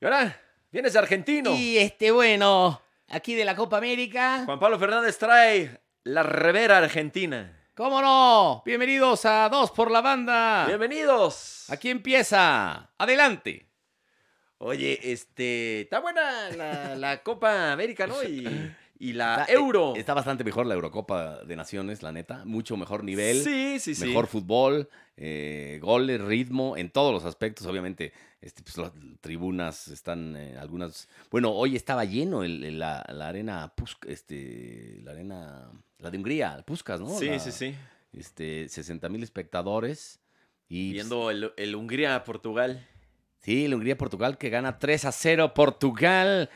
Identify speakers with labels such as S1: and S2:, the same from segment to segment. S1: ¿Verdad? Vienes de argentino.
S2: Y este, bueno, aquí de la Copa América.
S1: Juan Pablo Fernández trae la revera argentina.
S2: ¿Cómo no? Bienvenidos a Dos por la Banda.
S1: Bienvenidos.
S2: Aquí empieza. Adelante.
S1: Oye, este, está buena la, la Copa América, ¿no? Y, y la
S2: Está-
S1: Euro.
S2: Ah, eh, Está bastante mejor la Eurocopa de Naciones, la neta. Mucho mejor nivel.
S1: Sí, sí, sí.
S2: Mejor fútbol, eh, goles, ritmo, en todos los aspectos. Obviamente, este, pues, las tribunas están eh, algunas. Bueno, hoy estaba lleno el- el- la, la arena Pusk- este, la arena, la de Hungría, Puscas, ¿no?
S1: sí,
S2: La-
S1: sí, sí.
S2: Este, 60 mil espectadores. Y pues,
S1: Viendo el, el Hungría-Portugal.
S2: Sí, la Hungría-Portugal que gana 3 a 0 Portugal.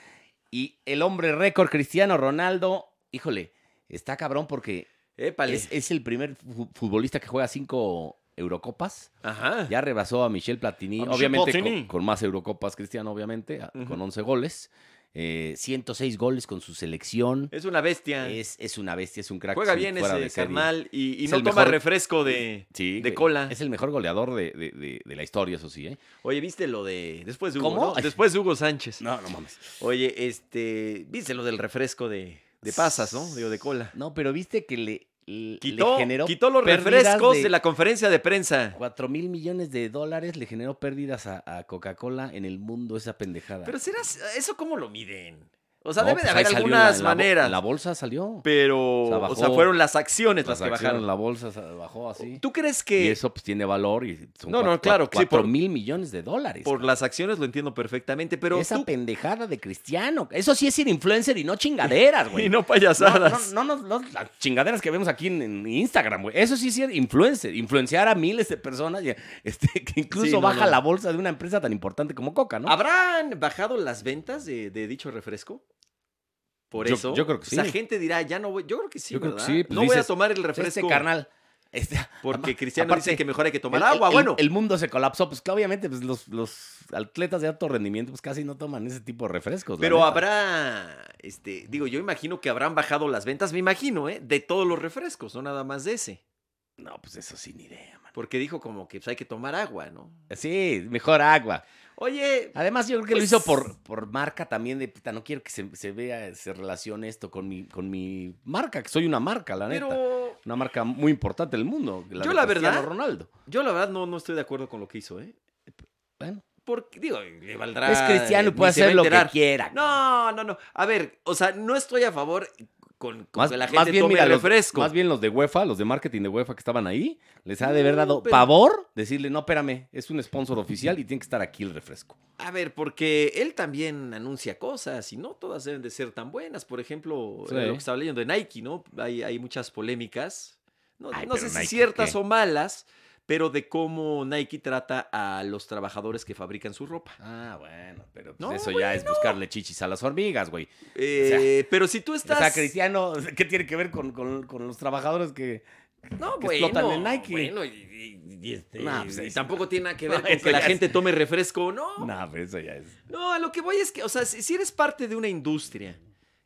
S2: Y el hombre récord Cristiano Ronaldo, híjole, está cabrón porque
S1: Épale.
S2: es, es el primer fu- futbolista que juega cinco Eurocopas.
S1: Ajá.
S2: Ya rebasó a Michel Platini,
S1: A Michel
S2: obviamente con-
S1: Platini.
S2: Con, más Eurocopas Cristiano, obviamente, a-
S1: Ujú.
S2: con 11 goles. Eh, 106 goles con su selección.
S1: Es una bestia.
S2: Es, es una bestia, es un crack.
S1: Juega
S2: sí,
S1: bien
S2: fuera de
S1: ese
S2: serie.
S1: carnal y, y
S2: Es
S1: no
S2: el
S1: toma
S2: mejor-
S1: refresco de,
S2: Sí,
S1: de
S2: güey.
S1: cola.
S2: Es el mejor goleador de, de- de- de la historia, eso sí, ¿eh?
S1: Oye, viste lo de. Después de Hugo.
S2: ¿Cómo?
S1: ¿no? Después de Hugo Sánchez.
S2: No, no mames.
S1: Oye, este. Viste lo del refresco de, de pasas, ¿no? Digo, de cola.
S2: No, pero viste que le, le
S1: Quitó,
S2: generó
S1: quitó los
S2: pérdidas
S1: refrescos de... la conferencia de prensa.
S2: 4 mil millones de dólares le generó pérdidas a, a Coca-Cola en el mundo esa pendejada.
S1: Pero serás. ¿Eso cómo lo miden? O sea,
S2: No,
S1: debe de
S2: pues
S1: haber
S2: ahí salió
S1: algunas
S2: la- la bo-
S1: maneras.
S2: La bolsa salió.
S1: pero.
S2: O sea,
S1: o sea,
S2: bajó.
S1: fueron las acciones las, que
S2: Las acciones,
S1: bajaron.
S2: La bolsa sa- bajó así.
S1: ¿Tú crees
S2: Y
S1: que.?
S2: eso pues tiene valor y son
S1: No, no,
S2: cuatro,
S1: claro, sí, por-
S2: mil millones de dólares.
S1: Por
S2: cabrón.
S1: las acciones lo entiendo perfectamente, pero
S2: esa
S1: tú-
S2: pendejada de Cristiano. Eso sí es ser influencer y no chingaderas, güey.
S1: y no
S2: No,
S1: payasadas.
S2: no, no, no, no, las chingaderas que vemos aquí en, en Instagram, güey. Eso sí es ser influencer, influenciar a miles de personas, y, este, que incluso
S1: no,
S2: baja
S1: no. Ah,
S2: la bolsa de una empresa tan importante como Coca, ¿no?
S1: ¿Habrán bajado las ventas de, de dicho refresco? Por
S2: Yo-
S1: eso.
S2: yo creo que
S1: La
S2: sí.
S1: gente dirá, ya no voy. Yo creo que sí,
S2: Yo creo que
S1: ¿verdad?
S2: sí, pues
S1: no voy a
S2: dices,
S1: tomar el refresco.
S2: este carnal. este,
S1: Porque
S2: ama-
S1: Cristiano
S2: aparte,
S1: dice que mejor hay que tomar
S2: el- el-
S1: agua.
S2: el-
S1: bueno,
S2: El mundo se colapsó, pues que obviamente pues, los, los atletas de alto rendimiento pues casi no toman ese tipo de refrescos. la
S1: pero
S2: neta.
S1: habrá. Este, digo, yo imagino que habrán bajado las ventas, me imagino, ¿eh? De todos los refrescos, no nada más de ese.
S2: No, pues eso sí, ni idea, man.
S1: Porque dijo como que pues, hay que tomar agua, ¿no?
S2: Sí, mejor agua.
S1: Oye,
S2: Además, yo creo que
S1: Pues-
S2: lo hizo por, por marca también de puta. No quiero que se, se vea, se relacione esto con mi, con mi marca, que soy una marca, la neta.
S1: pero.
S2: Una marca muy importante del mundo. La
S1: Yo
S2: de
S1: la
S2: Cristiano
S1: verdad-
S2: Ronaldo.
S1: Yo la verdad no, no estoy de acuerdo con lo que hizo, ¿eh?
S2: Bueno,
S1: Porque, digo, le valdrá.
S2: es Cristiano y
S1: ni
S2: puede
S1: se va a
S2: hacer lo que
S1: enterar.
S2: quiera.
S1: No, no, no. A ver, o sea, no estoy a favor con, con que la gente tome
S2: mira, los-
S1: refresco.
S2: más bien los de UEFA, los de marketing de UEFA que estaban ahí, les ha de haber
S1: No,
S2: dado
S1: pero-
S2: pavor decirle, no, espérame, es un sponsor oficial y tiene que estar aquí el refresco.
S1: A ver, porque él también anuncia cosas y no todas deben de ser tan buenas. Por ejemplo,
S2: Sí.
S1: eh, lo que estaba leyendo de Nike, ¿no? Hay, hay muchas polémicas. No,
S2: Ay,
S1: no
S2: pero
S1: sé si
S2: Nike,
S1: ciertas
S2: ¿qué?
S1: o malas, pero de cómo Nike trata a los trabajadores que fabrican su ropa.
S2: Ah, bueno, pero
S1: No,
S2: eso ya es buscarle chichis a las hormigas, güey.
S1: Eh, pero si tú
S2: O
S1: estás...
S2: sea, Cristiano, ¿qué tiene que ver con, con- con los trabajadores que...
S1: no,
S2: que
S1: bueno,
S2: explotan en Nike.
S1: bueno, y, y- y este,
S2: Nah, pues,
S1: y
S2: es-
S1: tampoco tiene nada que ver
S2: No,
S1: con
S2: eso
S1: que la
S2: ya es-
S1: gente tome refresco o no.
S2: No, pero pues eso ya es...
S1: No, a lo que voy es que, o sea, si si eres parte de una industria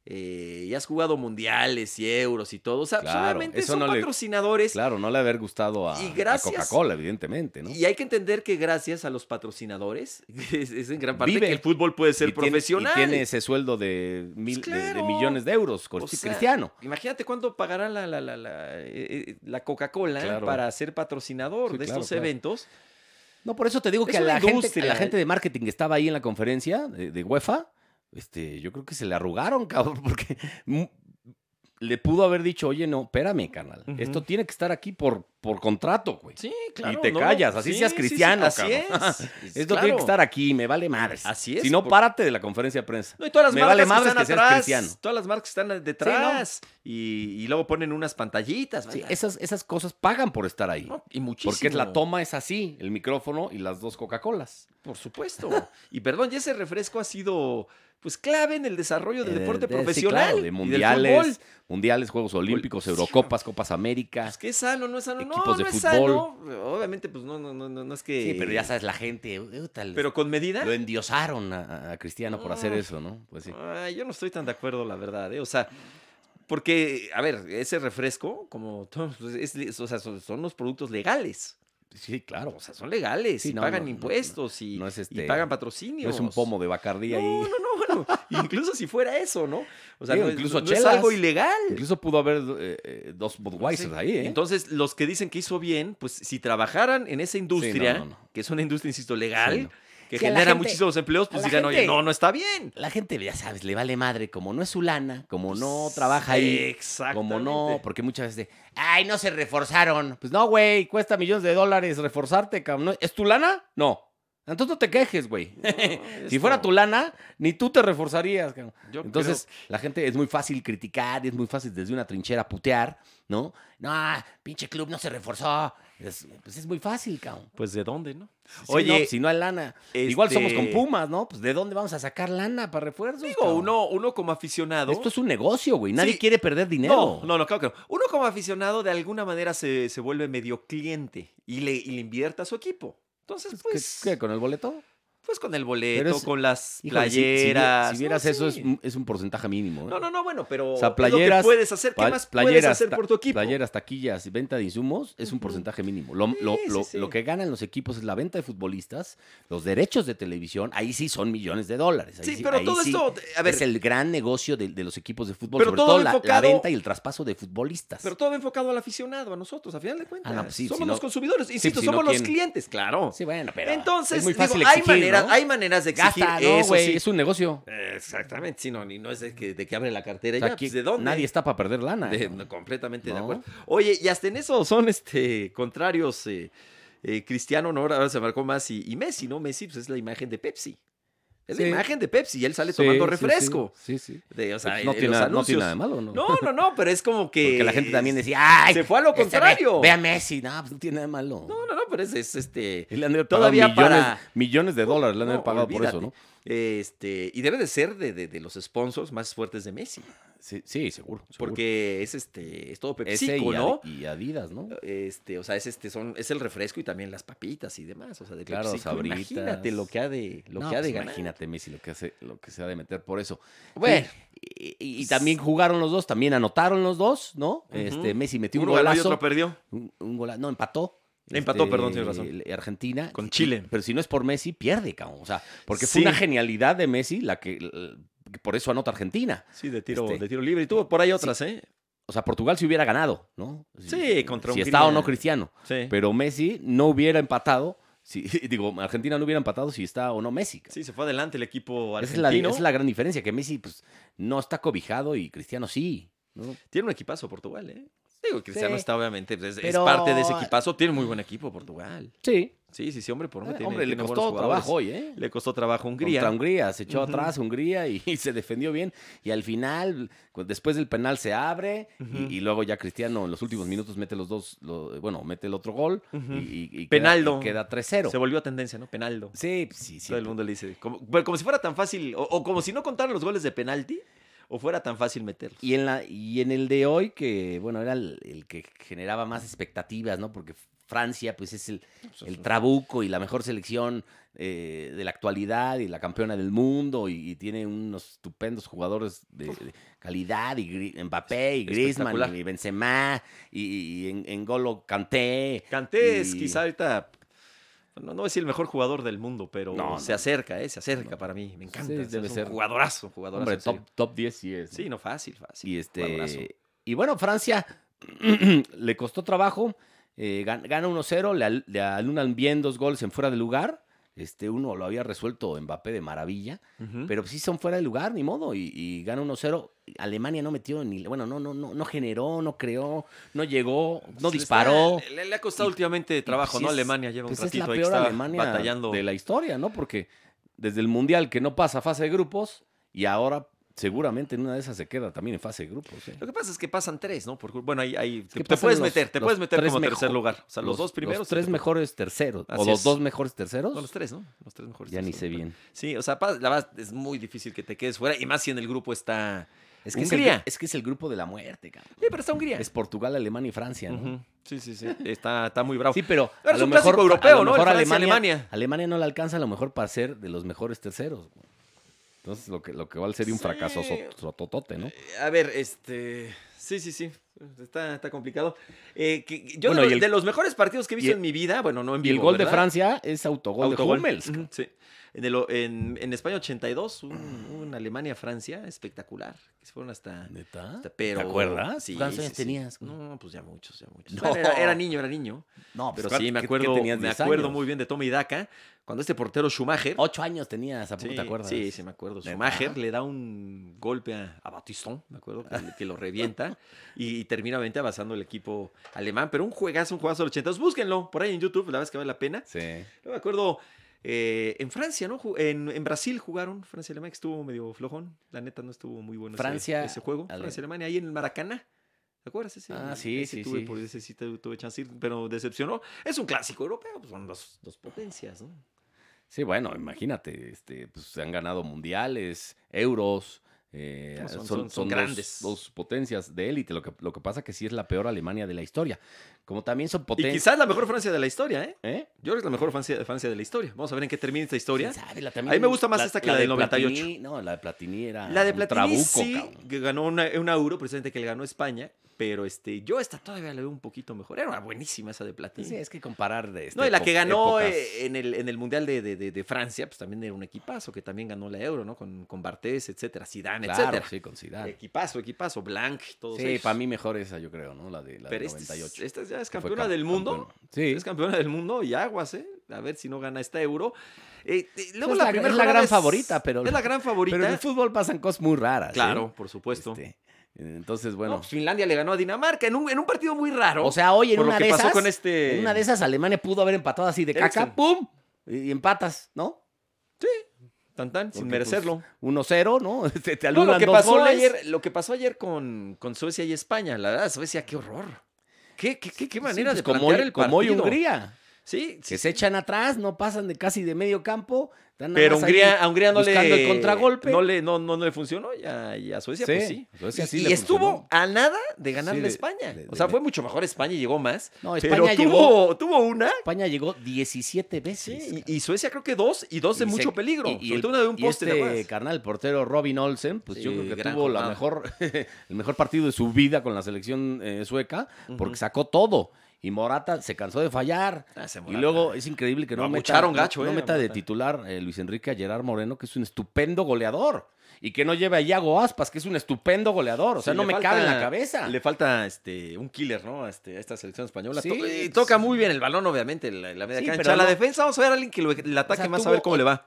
S1: eh, y has jugado mundiales y euros y todo, o sea, pues,
S2: Claro,
S1: obviamente
S2: eso
S1: son
S2: no le-
S1: patrocinadores
S2: Claro, no le ha de haber gustado a,
S1: Y
S2: a
S1: gracias-
S2: Coca-Cola, evidentemente, ¿no?
S1: y hay que entender que gracias a los patrocinadores es, es en gran parte
S2: Vive.
S1: que el fútbol puede ser
S2: Y tiene-
S1: profesional.
S2: y tiene ese sueldo de, mil-
S1: Pues
S2: de- de
S1: claro.
S2: millones de euros, con
S1: O sea,
S2: Cristiano.
S1: Imagínate cuánto pagará la, la, la, la, eh, eh, la Coca-Cola
S2: Claro.
S1: para ser patrocinador
S2: Sí,
S1: de
S2: claro,
S1: estos
S2: claro.
S1: eventos.
S2: No, por eso te digo
S1: Es
S2: que a
S1: una
S2: la, gente, a
S1: industria. eh.
S2: la gente de marketing que estaba ahí en la conferencia de, de UEFA, este, yo creo que se le arrugaron, cabrón, porque mu- le pudo haber dicho, oye, no, espérame, carnal,
S1: Ujú.
S2: esto tiene que estar aquí por, por contrato, güey.
S1: Sí, claro.
S2: Y te callas, así seas cristiano,
S1: así
S2: cabrón.
S1: es.
S2: Esto
S1: claro.
S2: tiene que estar aquí, me vale madres.
S1: Así es,
S2: Si no,
S1: por-
S2: párate de la conferencia de prensa.
S1: No, y todas las
S2: Me
S1: marcas
S2: vale
S1: que
S2: madres
S1: están
S2: que seas
S1: atrás,
S2: cristiano.
S1: todas las marcas que están detrás y, y luego ponen unas pantallitas.
S2: Sí,
S1: vaya.
S2: esas, esas cosas pagan por estar ahí.
S1: No, y muchísimo.
S2: Porque la toma es así, el micrófono y las dos Coca-Colas.
S1: Por supuesto. y perdón, y ese refresco ha sido pues clave en el desarrollo del
S2: Eh,
S1: deporte
S2: de- sí,
S1: profesional.
S2: claro, de
S1: Y del
S2: mundiales,
S1: fútbol.
S2: mundiales, Juegos Olímpicos,
S1: Sí.
S2: Eurocopas, Copas América.
S1: Pues, ¿Qué es sano? ¿No es sano? No,
S2: Equipos de
S1: no es
S2: fútbol.
S1: sano. Obviamente, pues no, no, no, no, no es que.
S2: Sí, pero ya sabes, la gente, puta, lo-
S1: Pero con medida.
S2: lo endiosaron a, a Cristiano por hacer
S1: No.
S2: eso, ¿no? Pues sí.
S1: Ay, yo no estoy tan de acuerdo, la verdad. ¿eh? O sea, porque, a ver, ese refresco, como. to- pues, es- o sea, son, son los productos legales.
S2: Sí, claro.
S1: O sea, son legales
S2: Sí,
S1: y
S2: no,
S1: pagan
S2: no, no,
S1: impuestos y,
S2: no es
S1: y
S2: este-
S1: pagan patrocinios.
S2: No es un pomo de Bacardí
S1: No,
S2: ahí.
S1: no, no, bueno, incluso si fuera eso, ¿no? O sea,
S2: Digo,
S1: no, es-
S2: incluso
S1: no es
S2: chelas.
S1: algo ilegal.
S2: Incluso pudo haber eh, eh, dos Budweiser
S1: Sí.
S2: ahí, ¿eh?
S1: Entonces, los que dicen que hizo bien, pues si trabajaran en esa industria,
S2: no, no.
S1: que es una industria, insisto, legal,
S2: Sí, no.
S1: que
S2: Sí, a la
S1: genera
S2: gente-
S1: muchísimos empleos,
S2: a
S1: pues
S2: la
S1: digan, oye,
S2: gente-
S1: no, no está bien. Pues
S2: la gente, ya sabes, le vale madre. Como no es su lana, como no trabaja ahí,
S1: Exacto.
S2: como no, porque muchas veces de, ay, no se reforzaron. Pues no, güey, cuesta millones de dólares reforzarte, cabrón. ¿No- ¿Es tu lana? No. Entonces no te quejes, güey.
S1: Pues
S2: si fuera tu lana, ni tú te reforzarías, cabrón. Entonces, la gente es muy fácil criticar, es muy fácil desde una trinchera putear, ¿no? No, pinche club no se reforzó. Es- pues es muy fácil, cabrón.
S1: pues de dónde, ¿no?
S2: Sí,
S1: Oye,
S2: no, pues, si no hay lana. Igual somos
S1: este-
S2: con Pumas, ¿no? Pues ¿de dónde vamos a sacar lana para refuerzos?
S1: Digo,
S2: cabrón?
S1: uno, uno como aficionado.
S2: Esto es un negocio, güey. Nadie
S1: Sí.
S2: quiere perder dinero.
S1: No, no, no, claro que no. Uno como aficionado de alguna manera se, se vuelve medio cliente y le, y le invierte a su equipo. Entonces,
S2: ¿Qué-
S1: pues,
S2: ¿Qué, ¿Con el boleto?
S1: pues con el boleto,
S2: Pero es-
S1: con las
S2: Híjole, si- si vi-
S1: playeras.
S2: Si, vieras
S1: No,
S2: eso,
S1: sí.
S2: es, un- es un porcentaje mínimo. ¿eh?
S1: No, no, no, bueno, pero
S2: O sea,
S1: es lo que
S2: playeras,
S1: puedes hacer. ¿Qué
S2: Pa-
S1: más puedes
S2: playeras,
S1: hacer
S2: ta-
S1: por tu equipo?
S2: Playeras, taquillas y venta de insumos es un
S1: Ujú.
S2: porcentaje mínimo. Lo, lo-
S1: Sí, sí,
S2: lo-
S1: sí.
S2: lo que ganan los equipos es la venta de futbolistas, los derechos de televisión. Ahí sí son millones de dólares. Ahí
S1: Sí, pero
S2: ahí
S1: todo
S2: sí
S1: esto, eh, a ver,
S2: es el gran negocio de, de los equipos de fútbol,
S1: Pero
S2: sobre
S1: todo
S2: todo, la, la
S1: enfocado-
S2: venta y el traspaso de futbolistas.
S1: pero todo va enfocado al aficionado, a nosotros, a final de cuentas.
S2: Ah, no, pues sí,
S1: somos
S2: si no-
S1: los consumidores, insisto,
S2: si no,
S1: somos los
S2: ¿quién?
S1: clientes, claro.
S2: sí, bueno, pero
S1: Entonces,
S2: es muy
S1: digo,
S2: fácil
S1: hay,
S2: exigir,
S1: maneras,
S2: ¿no?
S1: hay maneras de exigir eh,
S2: Gasta, ¿no,
S1: eso,
S2: güey?
S1: sí.
S2: Es un negocio.
S1: Exactamente, sí, no, ni no es de que, de que abre la cartera
S2: O sea,
S1: ya,
S2: aquí
S1: pues, ¿de dónde?
S2: Nadie está para perder lana.
S1: De-
S2: ¿no?
S1: no, completamente de
S2: No.
S1: acuerdo. Oye, y hasta en eso son este contrarios eh, eh, Cristiano, ¿no? Ahora se marcó más y, y Messi, ¿no? Messi pues, es la imagen de Pepsi. Es la
S2: Sí.
S1: imagen de Pepsi y él sale
S2: Sí,
S1: tomando
S2: sí,
S1: refresco.
S2: Sí, sí.
S1: De, o sea, en
S2: no, tiene
S1: los
S2: nada, no tiene
S1: anuncios.
S2: nada de malo, ¿no?
S1: No, no, no, pero es como que.
S2: Porque la gente también decía, ¡ay!
S1: Se fue a lo
S2: este, ve-
S1: contrario.
S2: Ve, a Messi, no, pues no tiene nada de malo.
S1: No, no, no, pero es, es, este.
S2: Y le han de haber
S1: Todavía
S2: pagado millones,
S1: para-
S2: millones de dólares, le han de haber
S1: no,
S2: pagado por eso,
S1: olvídate.
S2: ¿no?
S1: Este. Y debe de ser de, de- de los sponsors más fuertes de Messi.
S2: Sí, sí, seguro. seguro.
S1: Porque es este. Es todo
S2: Ese
S1: PepsiCo,
S2: y, Ad-
S1: ¿no?
S2: y Adidas, ¿no?
S1: Este, o sea, es este, son, es el refresco y también las papitas y demás. O sea, de
S2: Claro,
S1: PepsiCo,
S2: Sabritas.
S1: Imagínate lo que ha de, lo
S2: No,
S1: que ha de
S2: pues
S1: ganar.
S2: Imagínate, Messi, lo que, hace, lo que se ha de meter por eso.
S1: Bueno,
S2: Y, y- y también jugaron los dos, también anotaron los dos, ¿no?
S1: Ujú.
S2: Este Messi metió un
S1: uno ganó y
S2: golazo.
S1: otro perdió.
S2: Un, un golazo. No, empató. Este,
S1: Empató, perdón, tienes razón.
S2: el- Argentina.
S1: Con
S2: Y-
S1: Chile.
S2: pero si no es por Messi, pierde, cabrón. O sea, porque
S1: Sí.
S2: fue una genialidad de Messi la que. l- Por eso anota Argentina.
S1: Sí, de tiro,
S2: Este,
S1: de tiro libre. Y tuvo por ahí otras, ¿eh?
S2: O sea, Portugal si hubiera ganado, ¿no? Si-
S1: Sí, contra
S2: Si
S1: Hungría.
S2: está o no Cristiano.
S1: Sí.
S2: Pero Messi no hubiera empatado. Si, digo, Argentina no hubiera empatado si está o no Messi. cabrón.
S1: Sí, se fue adelante el equipo
S2: Esa es, la,
S1: argentino.
S2: esa es la gran diferencia, que Messi pues, no está cobijado y Cristiano sí. ¿no?
S1: Tiene un equipazo Portugal, ¿eh? Digo, Cristiano
S2: Sí.
S1: está obviamente, pues, es, es
S2: Pero-
S1: parte de ese equipazo. Tiene muy buen equipo Portugal.
S2: Sí.
S1: Sí, sí, sí, hombre, por hombre. tiene-
S2: hombre, le
S1: tiene buenos
S2: costó
S1: jugadores.
S2: trabajo hoy, ¿eh?
S1: Le costó trabajo a Hungría.
S2: Contra Hungría, se echó
S1: Ujú.
S2: atrás Hungría y, y se defendió bien. Y al final, cu- después del penal se abre y-
S1: Ujú.
S2: y, luego ya Cristiano en los últimos minutos mete los dos, lo- bueno, mete el otro gol
S1: Ujú.
S2: y, y- y queda-
S1: Penaldo.
S2: y queda, 3-0.
S1: Se volvió a tendencia, ¿no? Penaldo.
S2: Sí, pues, sí, sí.
S1: Todo el mundo le dice. Como, pero como si fuera tan fácil, o, o como si no contaran los goles de penalti, o fuera tan fácil meterlos.
S2: Y en, la, y en el de hoy, que bueno, era el, el que generaba más expectativas, ¿no? Porque Francia, pues es el, el trabuco y la mejor selección eh, de la actualidad y la campeona del mundo y, y tiene unos estupendos jugadores de, de calidad y Gri- Mbappé y Griezmann
S1: Espectacular.
S2: y Benzema y, y en, en Golo Kanté.
S1: Kanté es
S2: Y-
S1: quizá ahorita. No, no es el mejor jugador del mundo, pero
S2: No,
S1: se
S2: no.
S1: acerca, ¿eh? Se acerca para mí. Me encanta.
S2: Sí,
S1: o sea,
S2: debe
S1: es un
S2: ser.
S1: jugadorazo, jugadorazo.
S2: Hombre,
S1: en serio.
S2: top, top 10 sí es. ¿no?
S1: Sí, no, fácil, fácil.
S2: Y
S1: Jugadorazo.
S2: este. Y bueno, Francia le costó trabajo. eh, gan- gana 1-0, le, al- le anulan bien dos goles en fuera de lugar. Este uno lo había resuelto Mbappé de maravilla,
S1: Ujú.
S2: pero sí son fuera de lugar, ni modo. Y, y gana 1-0. Alemania no metió ni. Bueno, no, no, no, no generó, no creó, no llegó, no
S1: pues, Le
S2: disparó.
S1: está- Le, le ha costado
S2: Y-
S1: últimamente trabajo,
S2: pues sí
S1: ¿no?
S2: es-
S1: Alemania lleva
S2: Pues
S1: un
S2: es
S1: ratito
S2: la
S1: ahí que
S2: peor
S1: está
S2: Alemania
S1: batallando.
S2: de la historia, ¿no? Porque desde el Mundial que no pasa a fase de grupos y ahora seguramente en una de esas se queda también en fase de grupos. ¿eh?
S1: Lo que pasa es que pasan tres, ¿no? Por, gru- bueno, ahí, ahí te,
S2: que
S1: te
S2: pasan
S1: puedes
S2: los-
S1: meter, te
S2: los
S1: puedes meter
S2: tres
S1: como tercer
S2: mejo-
S1: lugar. O sea, los, dos primeros.
S2: Los tres mejores terceros.
S1: Así
S2: o los
S1: es.
S2: dos mejores terceros.
S1: No, los tres, ¿no? Los tres mejores.
S2: ya ni
S1: terceros.
S2: sé bien.
S1: Sí, o sea, pa- la verdad es muy difícil que te quedes fuera, y más si en el grupo está.
S2: Es que es, el,
S1: Hungría.
S2: gru- es que es el grupo de la muerte, cabrón.
S1: Sí, pero está Hungría.
S2: Es Portugal, Alemania y Francia, ¿no?
S1: Ujú. Sí, sí, sí. Está, está muy bravo.
S2: Sí, pero
S1: Pero es un clásico europeo, ¿no? El Francia, Alemania.
S2: Alemania no le alcanza a lo mejor para ser de los mejores terceros. güey. Entonces, lo que, lo que vale sería un
S1: Sí.
S2: fracaso sototote, ¿no?
S1: Eh, A ver, este. Sí, sí, sí. Está, está complicado. Eh, que- que yo
S2: Bueno,
S1: de,
S2: y
S1: los,
S2: el-
S1: de los mejores partidos que he visto
S2: y el-
S1: en mi vida, bueno, no en
S2: Y
S1: vivo,
S2: el gol de
S1: ¿verdad?
S2: Francia es autogol,
S1: Autogol.
S2: de Hummels.
S1: Ujú, sí. En, el, o- en, en España 82, un, un Alemania-Francia espectacular. Que se fueron hasta...
S2: ¿Neta?
S1: hasta- Mm. Este, pero,
S2: ¿Te acuerdas?
S1: Sí,
S2: ¿Cuántos
S1: sí,
S2: años
S1: sí.
S2: tenías? güey?
S1: No, pues ya muchos, ya muchos.
S2: No.
S1: Bueno, era, era niño, era niño.
S2: No, pues
S1: Pero
S2: ¿cuánto-
S1: sí, me
S2: qué- qué
S1: acuerdo,
S2: tenías?
S1: me
S2: 10
S1: acuerdo
S2: años.
S1: muy bien de Tommy Daca. Cuando este portero Schumacher...
S2: Ocho años tenías, ¿a poco
S1: Sí,
S2: te acuerdas?
S1: Sí, sí, me acuerdo.
S2: ¿Neta?
S1: Schumacher le da un golpe a, a Batistón, me acuerdo, que, que lo revienta y, y termina obviamente avanzando el equipo alemán. Pero un juegazo, un juegazo del 80. Búsquenlo por ahí en YouTube, la verdad es que vale la pena.
S2: Sí.
S1: No me acuerdo, eh, en Francia, ¿no? Ju- En, en Brasil jugaron Francia y Alemania, que estuvo medio flojón. La neta no estuvo muy bueno ese-
S2: Francia,
S1: ese, juego.
S2: Ale-
S1: Francia y Alemania, ahí en el Maracaná. ¿Te acuerdas? Ese,
S2: Ah, sí,
S1: ese
S2: sí,
S1: tuve,
S2: sí.
S1: Por ese sí tu- tuve chance, de ir, pero decepcionó. Es un clásico europeo, pues son dos, dos potencias, ¿no?
S2: Sí, bueno, imagínate, este, pues se han ganado mundiales, euros, eh,
S1: No, son-
S2: son,
S1: son-
S2: son
S1: son
S2: dos-
S1: grandes.
S2: Dos, potencias de élite. Lo que, lo que pasa que sí es la peor Alemania de la historia. Como también son
S1: Y
S2: potencias.
S1: quizás la mejor Francia de la historia, ¿eh?
S2: ¿Eh?
S1: Yo creo que es la mejor Francia, Francia de la historia. Vamos a ver en qué termina esta historia.
S2: ¿Quién sabe?
S1: A mí me gusta más esta que la del 98.
S2: Platini- no, la de Platini era.
S1: La de
S2: un
S1: Platini
S2: trabuco,
S1: sí
S2: cabrón.
S1: que ganó una- un euro, precisamente que le ganó España, pero este, yo esta todavía la veo un poquito mejor. Era buenísima esa de Platini.
S2: Sí, es que comparar de.
S1: no, y la que
S2: epo-
S1: ganó
S2: épocas-
S1: eh, en, el, en el Mundial de, de- de- de Francia, pues también era un equipazo, que también ganó la euro, ¿no? Con, con Bartés, etcétera, Zidane,
S2: Claro,
S1: etcétera.
S2: sí, con Zidane.
S1: Equipazo, equipazo, Blanc, todos
S2: Sí,
S1: ellos.
S2: para mí mejor esa, yo creo, ¿no? La de la del
S1: Pero esta es-
S2: 98.
S1: esta ya es
S2: que fue
S1: campeona
S2: cam-
S1: del mundo.
S2: campeona. Sí.
S1: Es campeona del mundo y aguas, ¿eh? A ver si no gana esta euro. Eh, eh, luego
S2: Es
S1: la,
S2: la-
S1: primera
S2: es la
S1: jornada
S2: gran favorita, pero-
S1: Es la gran favorita.
S2: Pero en el fútbol pasan cosas muy raras. ¿eh?
S1: Claro, por supuesto.
S2: Este, entonces,
S1: No,
S2: bueno.
S1: pues Finlandia le ganó a Dinamarca en un, en un partido muy raro.
S2: o sea, hoy en
S1: por lo
S2: una
S1: que
S2: de
S1: pasó
S2: esas.
S1: con este-
S2: En una de esas, Alemania pudo haber empatado así de
S1: Eriksen.
S2: caca, ¡pum! Y, y empatas, ¿no?
S1: tan, tan, sin
S2: Porque,
S1: merecerlo.
S2: 1-0, ¿no? Este, te
S1: No,
S2: anulan
S1: pues, lo, que
S2: dos
S1: pasó
S2: goles.
S1: ayer, lo que pasó ayer con, con Suecia y España, la verdad, Suecia, qué horror. Qué, qué, qué, qué manera de
S2: Sí, pues, como
S1: plantear
S2: hoy-
S1: el partido.
S2: Como hoy Hungría.
S1: Sí, sí,
S2: Que se echan atrás, no pasan de casi de medio campo. están nada
S1: Pero
S2: más
S1: Hungría,
S2: ahí
S1: a Hungría no le,
S2: buscando el contragolpe.
S1: No, le, no, no, no le funcionó y a, y a Suecia,
S2: Sí,
S1: pues sí.
S2: a Suecia
S1: Y-
S2: sí
S1: y
S2: le
S1: estuvo
S2: funcionó.
S1: a nada de ganarle
S2: Sí, de-
S1: a España.
S2: de-
S1: o sea,
S2: de-
S1: fue mucho mejor España y llegó más.
S2: No,
S1: pero
S2: España
S1: tuvo, tuvo una.
S2: España llegó 17 veces.
S1: Sí,
S2: cabrón.
S1: y, y Suecia creo que dos, y dos de
S2: Y
S1: mucho
S2: se-
S1: peligro.
S2: Y, y
S1: sobre
S2: el-
S1: todo una de un
S2: y
S1: poste
S2: este
S1: nada más.
S2: carnal, el portero Robin Olsen, pues yo
S1: Sí,
S2: creo que
S1: gran
S2: tuvo la
S1: jornada.
S2: mejor, el mejor partido de su vida con la selección eh, sueca,
S1: Ujú.
S2: porque sacó todo. Y Morata se cansó de fallar.
S1: Ah, se
S2: Y
S1: Morata.
S2: luego es increíble que
S1: Lo
S2: no meta,
S1: abucharon gacho,
S2: no- no
S1: eh,
S2: meta de
S1: Morata.
S2: titular eh, Luis Enrique a Gerard Moreno, que es un estupendo goleador. Y que no lleve a Iago Aspas, que es un estupendo goleador. O sea,
S1: Sí,
S2: no
S1: le
S2: me
S1: falta-
S2: cabe en la cabeza.
S1: Le falta este un killer, ¿no? Este, a esta selección española.
S2: Sí,
S1: To- y
S2: pues,
S1: toca muy bien el balón, obviamente, la, la media
S2: Sí,
S1: cancha.
S2: pero
S1: A la
S2: no-
S1: defensa, vamos a ver a alguien que lo- le
S2: O
S1: ataque
S2: sea,
S1: más a
S2: tuvo
S1: ver cómo le va.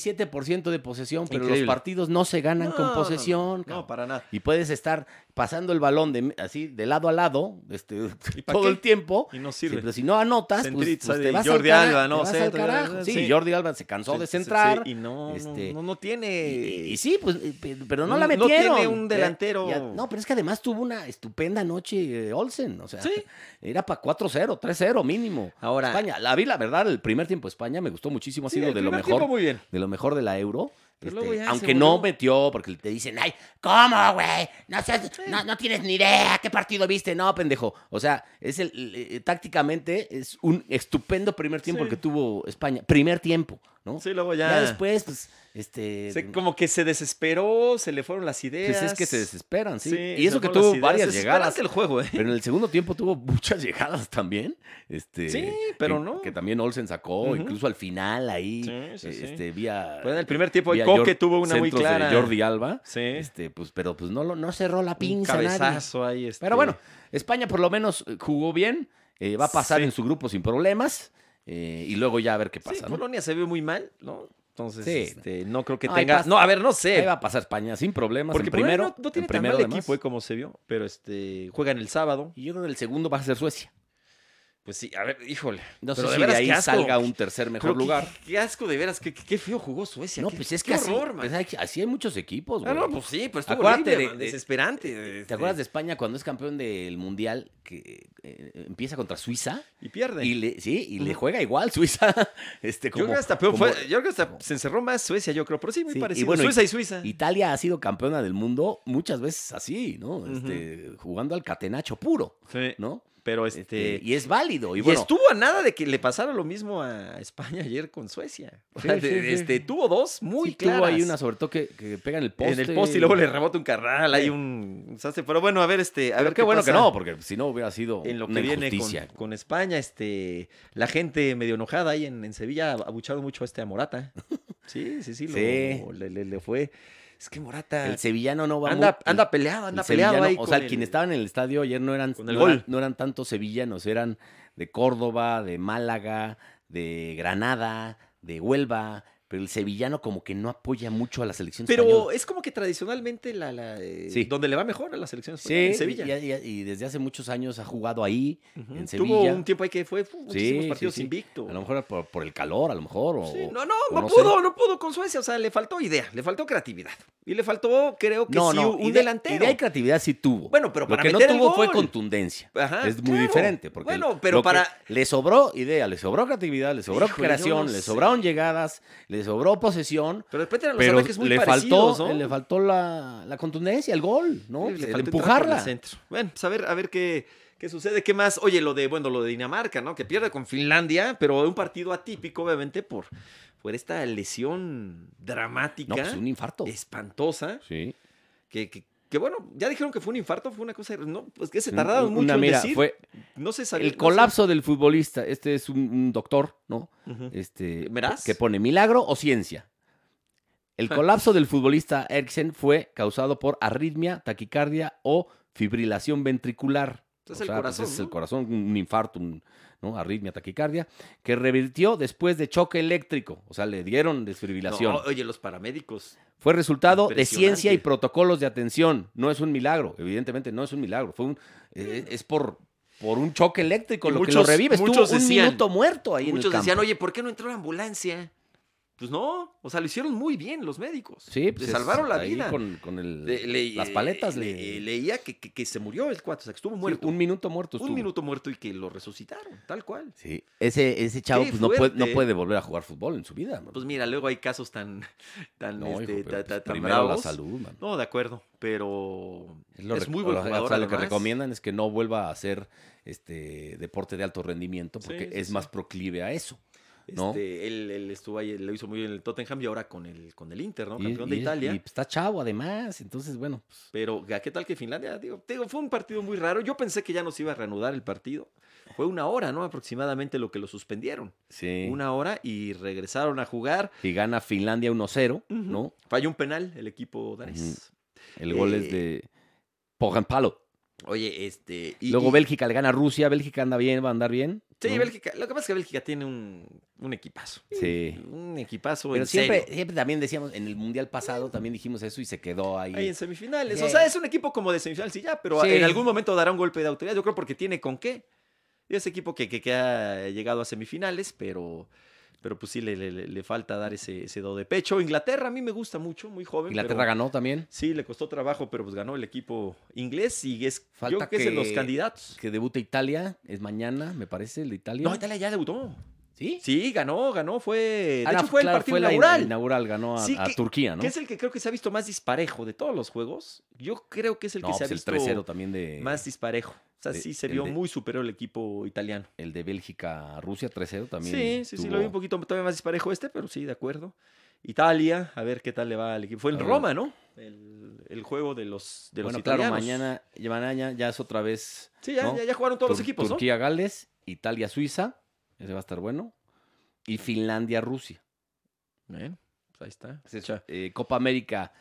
S2: 87% de posesión, pero
S1: Increíble.
S2: los partidos no se ganan
S1: No,
S2: con
S1: no, no,
S2: posesión.
S1: No,
S2: cabrón.
S1: para nada.
S2: y puedes estar pasando el balón de, así de lado a lado este,
S1: pa'
S2: todo
S1: qué?
S2: el tiempo.
S1: Y no sirve.
S2: Sí, pero si no anotas, pues,
S1: Centriza
S2: pues,
S1: de
S2: te vas
S1: Jordi
S2: al cara-
S1: Alba, ¿no?
S2: te vas al
S1: Centro,
S2: carajo. Sí,
S1: sí.
S2: Jordi Alba se cansó
S1: Sí,
S2: de
S1: sí, sí,
S2: centrar.
S1: y no, no,
S2: este,
S1: no, no tiene.
S2: Y, y sí, pues, eh, pe- pero no,
S1: No-
S2: la
S1: no tiene
S2: metieron.
S1: un delantero.
S2: Ya- no, pero es que además tuvo una estupenda noche eh, Olsen. O sea,
S1: Sí.
S2: era para 4-0, 3-0 mínimo.
S1: Ahora-
S2: España, la vi, la verdad, el primer tiempo de España me gustó muchísimo. Ha
S1: Sí,
S2: sido
S1: el
S2: de lo
S1: primer
S2: mejor
S1: tiempo muy bien.
S2: de lo mejor de la euro.
S1: Pero
S2: este,
S1: luego ya se
S2: aunque no
S1: volvió.
S2: metió, porque te dicen, ay, ¿cómo, güey? No, seas- no, no tienes ni idea qué partido viste. No, pendejo. O sea, es el, eh, tácticamente es un estupendo primer tiempo
S1: Sí.
S2: el que tuvo España. Primer tiempo, ¿no?
S1: Sí, luego ya.
S2: ya. después, pues, este...
S1: se- como que se desesperó, se le fueron las ideas.
S2: pues es que se desesperan, sí.
S1: Sí,
S2: y eso
S1: se
S2: que
S1: fueron las
S2: tuvo
S1: ideas.
S2: varias
S1: Desesperante
S2: llegadas.
S1: el juego, ¿eh?
S2: Pero en el segundo tiempo tuvo muchas llegadas también. Este,
S1: Sí, pero
S2: que-
S1: no.
S2: Que también Olsen sacó,
S1: Ujú.
S2: incluso al final ahí.
S1: Sí, sí, sí.
S2: Este, vía.
S1: Pues en el primer tiempo, el
S2: vía
S1: Coque
S2: Jor-
S1: tuvo una muy
S2: centros de
S1: clara.
S2: Jordi Alba.
S1: Sí.
S2: Este, pues, pero pues no, lo- no cerró la
S1: un
S2: pinza. nadie.
S1: cabezazo ahí. este,
S2: Pero bueno, España por lo menos eh, jugó bien. eh, va a pasar
S1: Sí.
S2: en su grupo sin problemas. eh, y luego ya a ver qué
S1: Sí,
S2: pasa. ¿no?
S1: Polonia se ve muy mal, ¿no? Entonces,
S2: Sí.
S1: este, no creo que
S2: No, ahí
S1: tenga.
S2: pasa.
S1: No, a ver, no
S2: Ahí
S1: sé.
S2: va a pasar España sin problemas.
S1: Porque
S2: en primero,
S1: primero no, no tiene
S2: en primero
S1: tan mal
S2: además.
S1: equipo, eh, como se vio, pero este juegan el sábado.
S2: Y yo creo que el segundo va a ser Suecia.
S1: Pues sí, a ver, híjole.
S2: No
S1: Pero
S2: sé si de
S1: veras,
S2: ahí
S1: qué asco.
S2: salga un tercer mejor
S1: Pero qué-
S2: lugar.
S1: Qué, asco, de veras, qué, qué- qué feo jugó Suecia.
S2: No,
S1: qué-
S2: pues es
S1: qué
S2: que así,
S1: horror, man.
S2: pues hay, así hay muchos equipos,
S1: Ah,
S2: güey.
S1: no, pues sí, pero estuvo
S2: Acuérdate
S1: horrible,
S2: de-
S1: man,
S2: de-
S1: desesperante. este,
S2: ¿Te acuerdas de España cuando es campeón del mundial que eh, empieza contra Suiza?
S1: Y pierde.
S2: Y le, sí, y le
S1: Ujú.
S2: juega igual Suiza. Este,
S1: yo
S2: como,
S1: creo que hasta peor
S2: como-
S1: fue- yo creo que hasta se encerró más Suecia, yo creo, pero sí, muy
S2: Sí, y
S1: parecido.
S2: bueno, y-
S1: Suiza y Suiza.
S2: Italia ha sido campeona del mundo muchas veces así, ¿no? Este, Jugando al catenacho puro,
S1: Sí.
S2: ¿no?
S1: Pero
S2: Este,
S1: este.
S2: y es válido. Y,
S1: y
S2: bueno,
S1: estuvo a nada de que le pasara lo mismo a España ayer con Suecia. O sea,
S2: Sí,
S1: de-
S2: sí,
S1: de-
S2: sí.
S1: Este, tuvo dos muy
S2: sí tuvo
S1: claras.
S2: ahí una, sobre todo, que, que pega en el poste.
S1: en el post y luego le
S2: Pero
S1: rebota un carral, hay un un sastre. Pero bueno, a ver, este, a ver
S2: qué, bueno que
S1: pasa
S2: no, porque si no hubiera sido
S1: En lo que
S2: una
S1: viene con,
S2: injusticia.
S1: con España, este, la gente medio enojada ahí en, en Sevilla ha abuchado mucho a este a Morata. Sí, sí, sí, lo-
S2: Sí.
S1: Le, le- le fue. Es que Morata
S2: El sevillano no va
S1: anda,
S2: muy- el-
S1: anda peleado, anda
S2: el
S1: peleado
S2: sevillano-
S1: ahí.
S2: O sea,
S1: con el-
S2: quienes estaban en el estadio ayer no eran,
S1: con el
S2: no,
S1: gol.
S2: eran- no eran tantos sevillanos, eran de Córdoba, de Málaga, de Granada, de Huelva, pero el sevillano como que no apoya mucho a la selección
S1: Pero
S2: española.
S1: es como que tradicionalmente la, la, eh,
S2: Sí.
S1: donde le va mejor a la selección
S2: Sí,
S1: española, en Sevilla.
S2: Y, y- y desde hace muchos años ha jugado ahí,
S1: Ujú. Tuvo
S2: en Sevilla.
S1: un tiempo ahí que fue fu, muchísimos
S2: sí,
S1: partidos
S2: sí.
S1: invicto.
S2: A lo mejor por, por el calor, a lo mejor. O,
S1: Sí,
S2: o-
S1: no, no,
S2: o
S1: no,
S2: no sé.
S1: pudo, no pudo con Suecia. O sea, le faltó idea, le faltó creatividad. Y le faltó, creo que sí, un
S2: idea-
S1: delantero.
S2: Idea y creatividad sí tuvo.
S1: Bueno, pero para
S2: lo que no
S1: meter el
S2: tuvo fue
S1: gol.
S2: contundencia.
S1: Ajá,
S2: es muy
S1: Ah, claro.
S2: diferente. Porque
S1: Bueno, pero
S2: lo que-
S1: para-
S2: Le sobró idea, le sobró creatividad, le sobró
S1: Híjole, yo
S2: creación,
S1: no
S2: le
S1: sé.
S2: sobraron llegadas, le sobró posesión.
S1: Pero de repente eran los
S2: Pero
S1: ataques muy
S2: le
S1: parecidos,
S2: faltó, eh,
S1: ¿no?
S2: le faltó la, la contundencia, el gol, ¿no?
S1: Sí, le faltó entrar
S2: El
S1: por el
S2: empujarla.
S1: centro. Bueno, pues a ver, a ver qué, qué sucede. ¿Qué más? Oye, lo de, bueno, lo de Dinamarca, ¿no? Que pierde con Finlandia, pero un partido atípico, obviamente, por, por esta lesión dramática,
S2: No, pues un infarto.
S1: espantosa,
S2: Sí.
S1: que, que, que, bueno, ya dijeron que fue un infarto, fue una cosa, no, pues que se
S2: Un-
S1: tardaron mucho
S2: una,
S1: en
S2: mira,
S1: decir.
S2: fue
S1: no se sabía. no
S2: el
S1: se-
S2: colapso del futbolista. Este es un, un doctor, ¿no?
S1: Ujú.
S2: Este,
S1: ¿Verás?
S2: Que pone milagro o ciencia. El colapso del futbolista Eriksen fue causado por arritmia, taquicardia o fibrilación ventricular.
S1: Es
S2: O
S1: el
S2: sea, pues,
S1: corazón,
S2: es
S1: ¿no?
S2: el corazón, un infarto, un- ¿no? arritmia, taquicardia, que revirtió después de choque eléctrico. O sea, le dieron desfibrilación.
S1: No, oye, los paramédicos.
S2: Fue resultado de
S1: Impresionante.
S2: ciencia y protocolos de atención. No es un milagro, evidentemente no es un milagro. Fue un, eh, es por, por un choque eléctrico
S1: Y
S2: lo que lo
S1: muchos-
S2: revive.
S1: muchos
S2: Estuvo
S1: decían-
S2: un minuto muerto ahí
S1: Muchos
S2: en el
S1: decían,
S2: campo.
S1: oye, ¿por qué no entró la ambulancia? Pues no, o sea, lo hicieron muy bien los médicos.
S2: sí, pues
S1: le
S2: es-
S1: salvaron la
S2: ahí
S1: vida.
S2: Con, con el-
S1: Le- le- eh,
S2: las paletas.
S1: le-
S2: Le,
S1: leía que, que- que se murió el cuate, o sea, que estuvo
S2: sí,
S1: muerto.
S2: un minuto muerto
S1: un
S2: estuvo.
S1: minuto muerto y que lo resucitaron, tal cual.
S2: Sí, ese, ese chavo
S1: Qué
S2: pues, no, puede, no
S1: fuerte.
S2: puede volver a jugar fútbol en su vida. man.
S1: Pues mira, luego hay casos tan, tan,
S2: no,
S1: este, ta-
S2: hijo, pero,
S1: ta-
S2: pues,
S1: tan
S2: primero la
S1: bravos.
S2: salud, man.
S1: No, de acuerdo, pero
S2: lo
S1: es
S2: rec-
S1: muy buen
S2: o sea,
S1: jugador.
S2: lo que
S1: además.
S2: recomiendan es que no vuelva a hacer este deporte de alto rendimiento porque
S1: Sí, sí,
S2: es
S1: sí.
S2: más proclive a eso. ¿no?
S1: Este, él, él estuvo ahí, lo hizo muy bien en el Tottenham y ahora con el, con el Inter, ¿no?
S2: Y-
S1: Campeón
S2: y
S1: de
S2: es-
S1: Italia.
S2: Y pues, está chavo además, entonces bueno, pues,
S1: Pero ¿a qué tal que Finlandia? Digo, te digo, fue un partido muy raro. Yo pensé que ya nos iba a reanudar el partido. Fue una hora, ¿no? Aproximadamente lo que lo suspendieron.
S2: sí.
S1: Una hora y regresaron a jugar.
S2: Y gana Finlandia 1-0,
S1: Ujú.
S2: ¿no?
S1: Falló un penal el equipo danés.
S2: El gol
S1: Eh,
S2: es de Palo.
S1: Oye, este. y-
S2: Luego
S1: y-
S2: Bélgica le gana a Rusia, Bélgica anda bien, va a andar bien.
S1: Sí,
S2: ¿no?
S1: Bélgica. Lo que pasa es que Bélgica tiene un, un equipazo.
S2: Sí.
S1: Un equipazo.
S2: Pero
S1: en
S2: siempre,
S1: serio.
S2: siempre también decíamos, en el Mundial pasado también dijimos eso y se quedó ahí.
S1: Ahí en semifinales. O
S2: Sí.
S1: sea, es un equipo como de semifinales, sí, ya, pero
S2: Sí.
S1: en algún momento dará un golpe de autoridad. Yo creo porque tiene con qué. Y ese equipo que, que, que ha llegado a semifinales, pero, pero pues sí le, le- le- le falta dar ese, ese do de pecho. Inglaterra a mí me gusta mucho, muy joven.
S2: Inglaterra
S1: pero-
S2: ganó también.
S1: Sí, le costó trabajo, pero pues ganó el equipo inglés y es,
S2: Falta
S1: yo creo que, es de los
S2: que-
S1: candidatos.
S2: Que debuta Italia, es mañana, me parece, el de Italia.
S1: No, Italia ya debutó.
S2: ¿Sí?
S1: Sí, ganó, ganó, fue... De
S2: Ah,
S1: hecho,
S2: no,
S1: fue
S2: claro,
S1: el partido
S2: fue la in-
S1: inaugural.
S2: inaugural, ganó a,
S1: Sí,
S2: a
S1: que-
S2: Turquía, ¿no?
S1: Que es el que creo que se ha visto más disparejo de todos los juegos. Yo creo que es el
S2: no,
S1: que se
S2: pues
S1: ha
S2: el
S1: visto
S2: 3-0 también de...
S1: más disparejo. O sea,
S2: Eh, de-
S1: sí se
S2: el
S1: vio
S2: de-
S1: muy superior el equipo italiano.
S2: El de Bélgica, Rusia 3-0 también.
S1: sí, sí, sí, lo
S2: tuvo-
S1: vi un poquito todavía más disparejo este, pero sí, de acuerdo. Italia, a ver qué tal le va al equipo. Fue en
S2: A ver.
S1: Roma, ¿no? El, el juego de los, de los
S2: bueno, claro,
S1: italianos.
S2: mañana, ya mañana ya es otra vez.
S1: Sí, ya,
S2: ¿no?
S1: ya, ya jugaron todos los
S2: Tur-
S1: equipos, ¿no?
S2: Turquía, Gales, Italia, Suiza. Ese va a estar bueno. Y Finlandia, Rusia.
S1: Bueno, pues ahí está.
S2: Es eso.
S1: Cha-
S2: Eh, Copa América.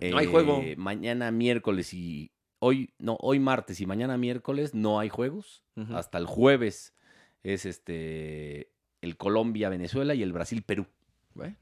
S2: eh,
S1: No hay juego.
S2: Mañana miércoles y hoy, no, hoy martes y mañana miércoles no hay juegos.
S1: Ujú.
S2: Hasta el jueves es este el Colombia, Venezuela y el Brasil, Perú.
S1: Bueno.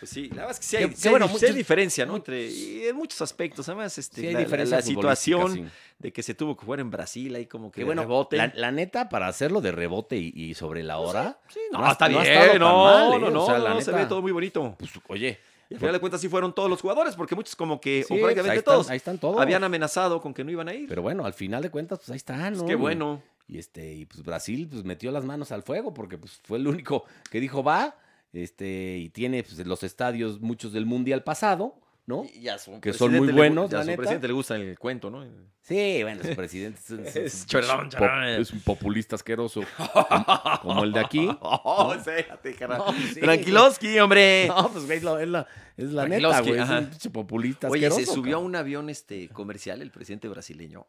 S1: Pues sí, la verdad es que sí
S2: Qué-
S1: hay,
S2: qué
S1: sí hay-
S2: bueno,
S1: sí hay
S2: muchos-
S1: diferencia, ¿no?
S2: mu-
S1: Entre, y en muchos aspectos, además, este,
S2: Sí, hay
S1: la, la-
S2: diferencias
S1: la situación
S2: futbolísticas, sí.
S1: de que se tuvo que jugar en Brasil, ahí como que
S2: Qué
S1: de
S2: bueno,
S1: rebote. Pues
S2: La, la neta, para hacerlo de rebote y, y sobre la hora.
S1: Sí, no,
S2: ha-
S1: está
S2: no ha
S1: bien,
S2: estado tan
S1: no,
S2: mal, ¿eh?
S1: no,
S2: O
S1: no,
S2: sea, la
S1: no, se
S2: neta-
S1: ve todo muy bonito.
S2: Pues, oye.
S1: Y al final de cuentas sí fueron todos los jugadores, porque muchos como que, Eh,
S2: Sí,
S1: o
S2: pues, ahí
S1: prácticamente
S2: están-
S1: todos,
S2: ahí están todos.
S1: habían amenazado con que no iban a ir.
S2: Pero bueno, al final de cuentas, pues ahí está,
S1: Pues
S2: ¿no?
S1: qué bueno.
S2: Y este, y pues Brasil pues metió las manos al fuego porque pues fue el único que dijo va, este, y tiene pues, los estadios muchos del mundial pasado, ¿no?
S1: Y ya su
S2: Que son muy
S1: presidente le gu-
S2: buenos,
S1: ya
S2: la
S1: su
S2: neta.
S1: presidente le gusta el cuento, ¿no?
S2: Sí, bueno, su presidente es, un-
S1: Es
S2: un-
S1: chorrón,
S2: pop-
S1: chorrón.
S2: es un populista asqueroso, como el de aquí.
S1: Oh, espérate, carnal.
S2: No, sí.
S1: Tranquiloski, hombre.
S2: No, pues güey, es la, es la, es la neta,
S1: Tranquiloski,
S2: güey. Es
S1: Eh. ajá.
S2: un pinche populista
S1: Oye, se
S2: asqueroso,
S1: subió a
S2: cabrón.
S1: un avión este comercial el presidente brasileño.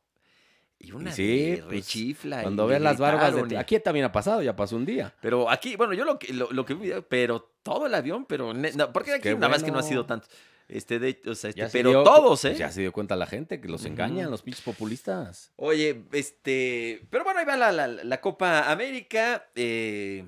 S1: Y una
S2: Sí,
S1: de
S2: pues,
S1: rechifla. y
S2: Cuando
S1: le
S2: vean las barbas de...
S1: gritaron y-
S2: Aquí también ha pasado, ya pasó un día.
S1: Pero aquí, bueno, yo lo que, lo, lo que vi, pero todo el avión, pero. ne- no, porque aquí
S2: Pues qué
S1: nada más que no ha
S2: bueno.
S1: sido tanto. Este, de, o sea, este,
S2: Ya se
S1: pero
S2: dio- pues
S1: todos, ¿eh?
S2: Ya se dio cuenta la gente que los
S1: Ujú.
S2: engañan, los pinches populistas.
S1: Oye, este. Pero bueno, ahí va la, la- la Copa América. eh,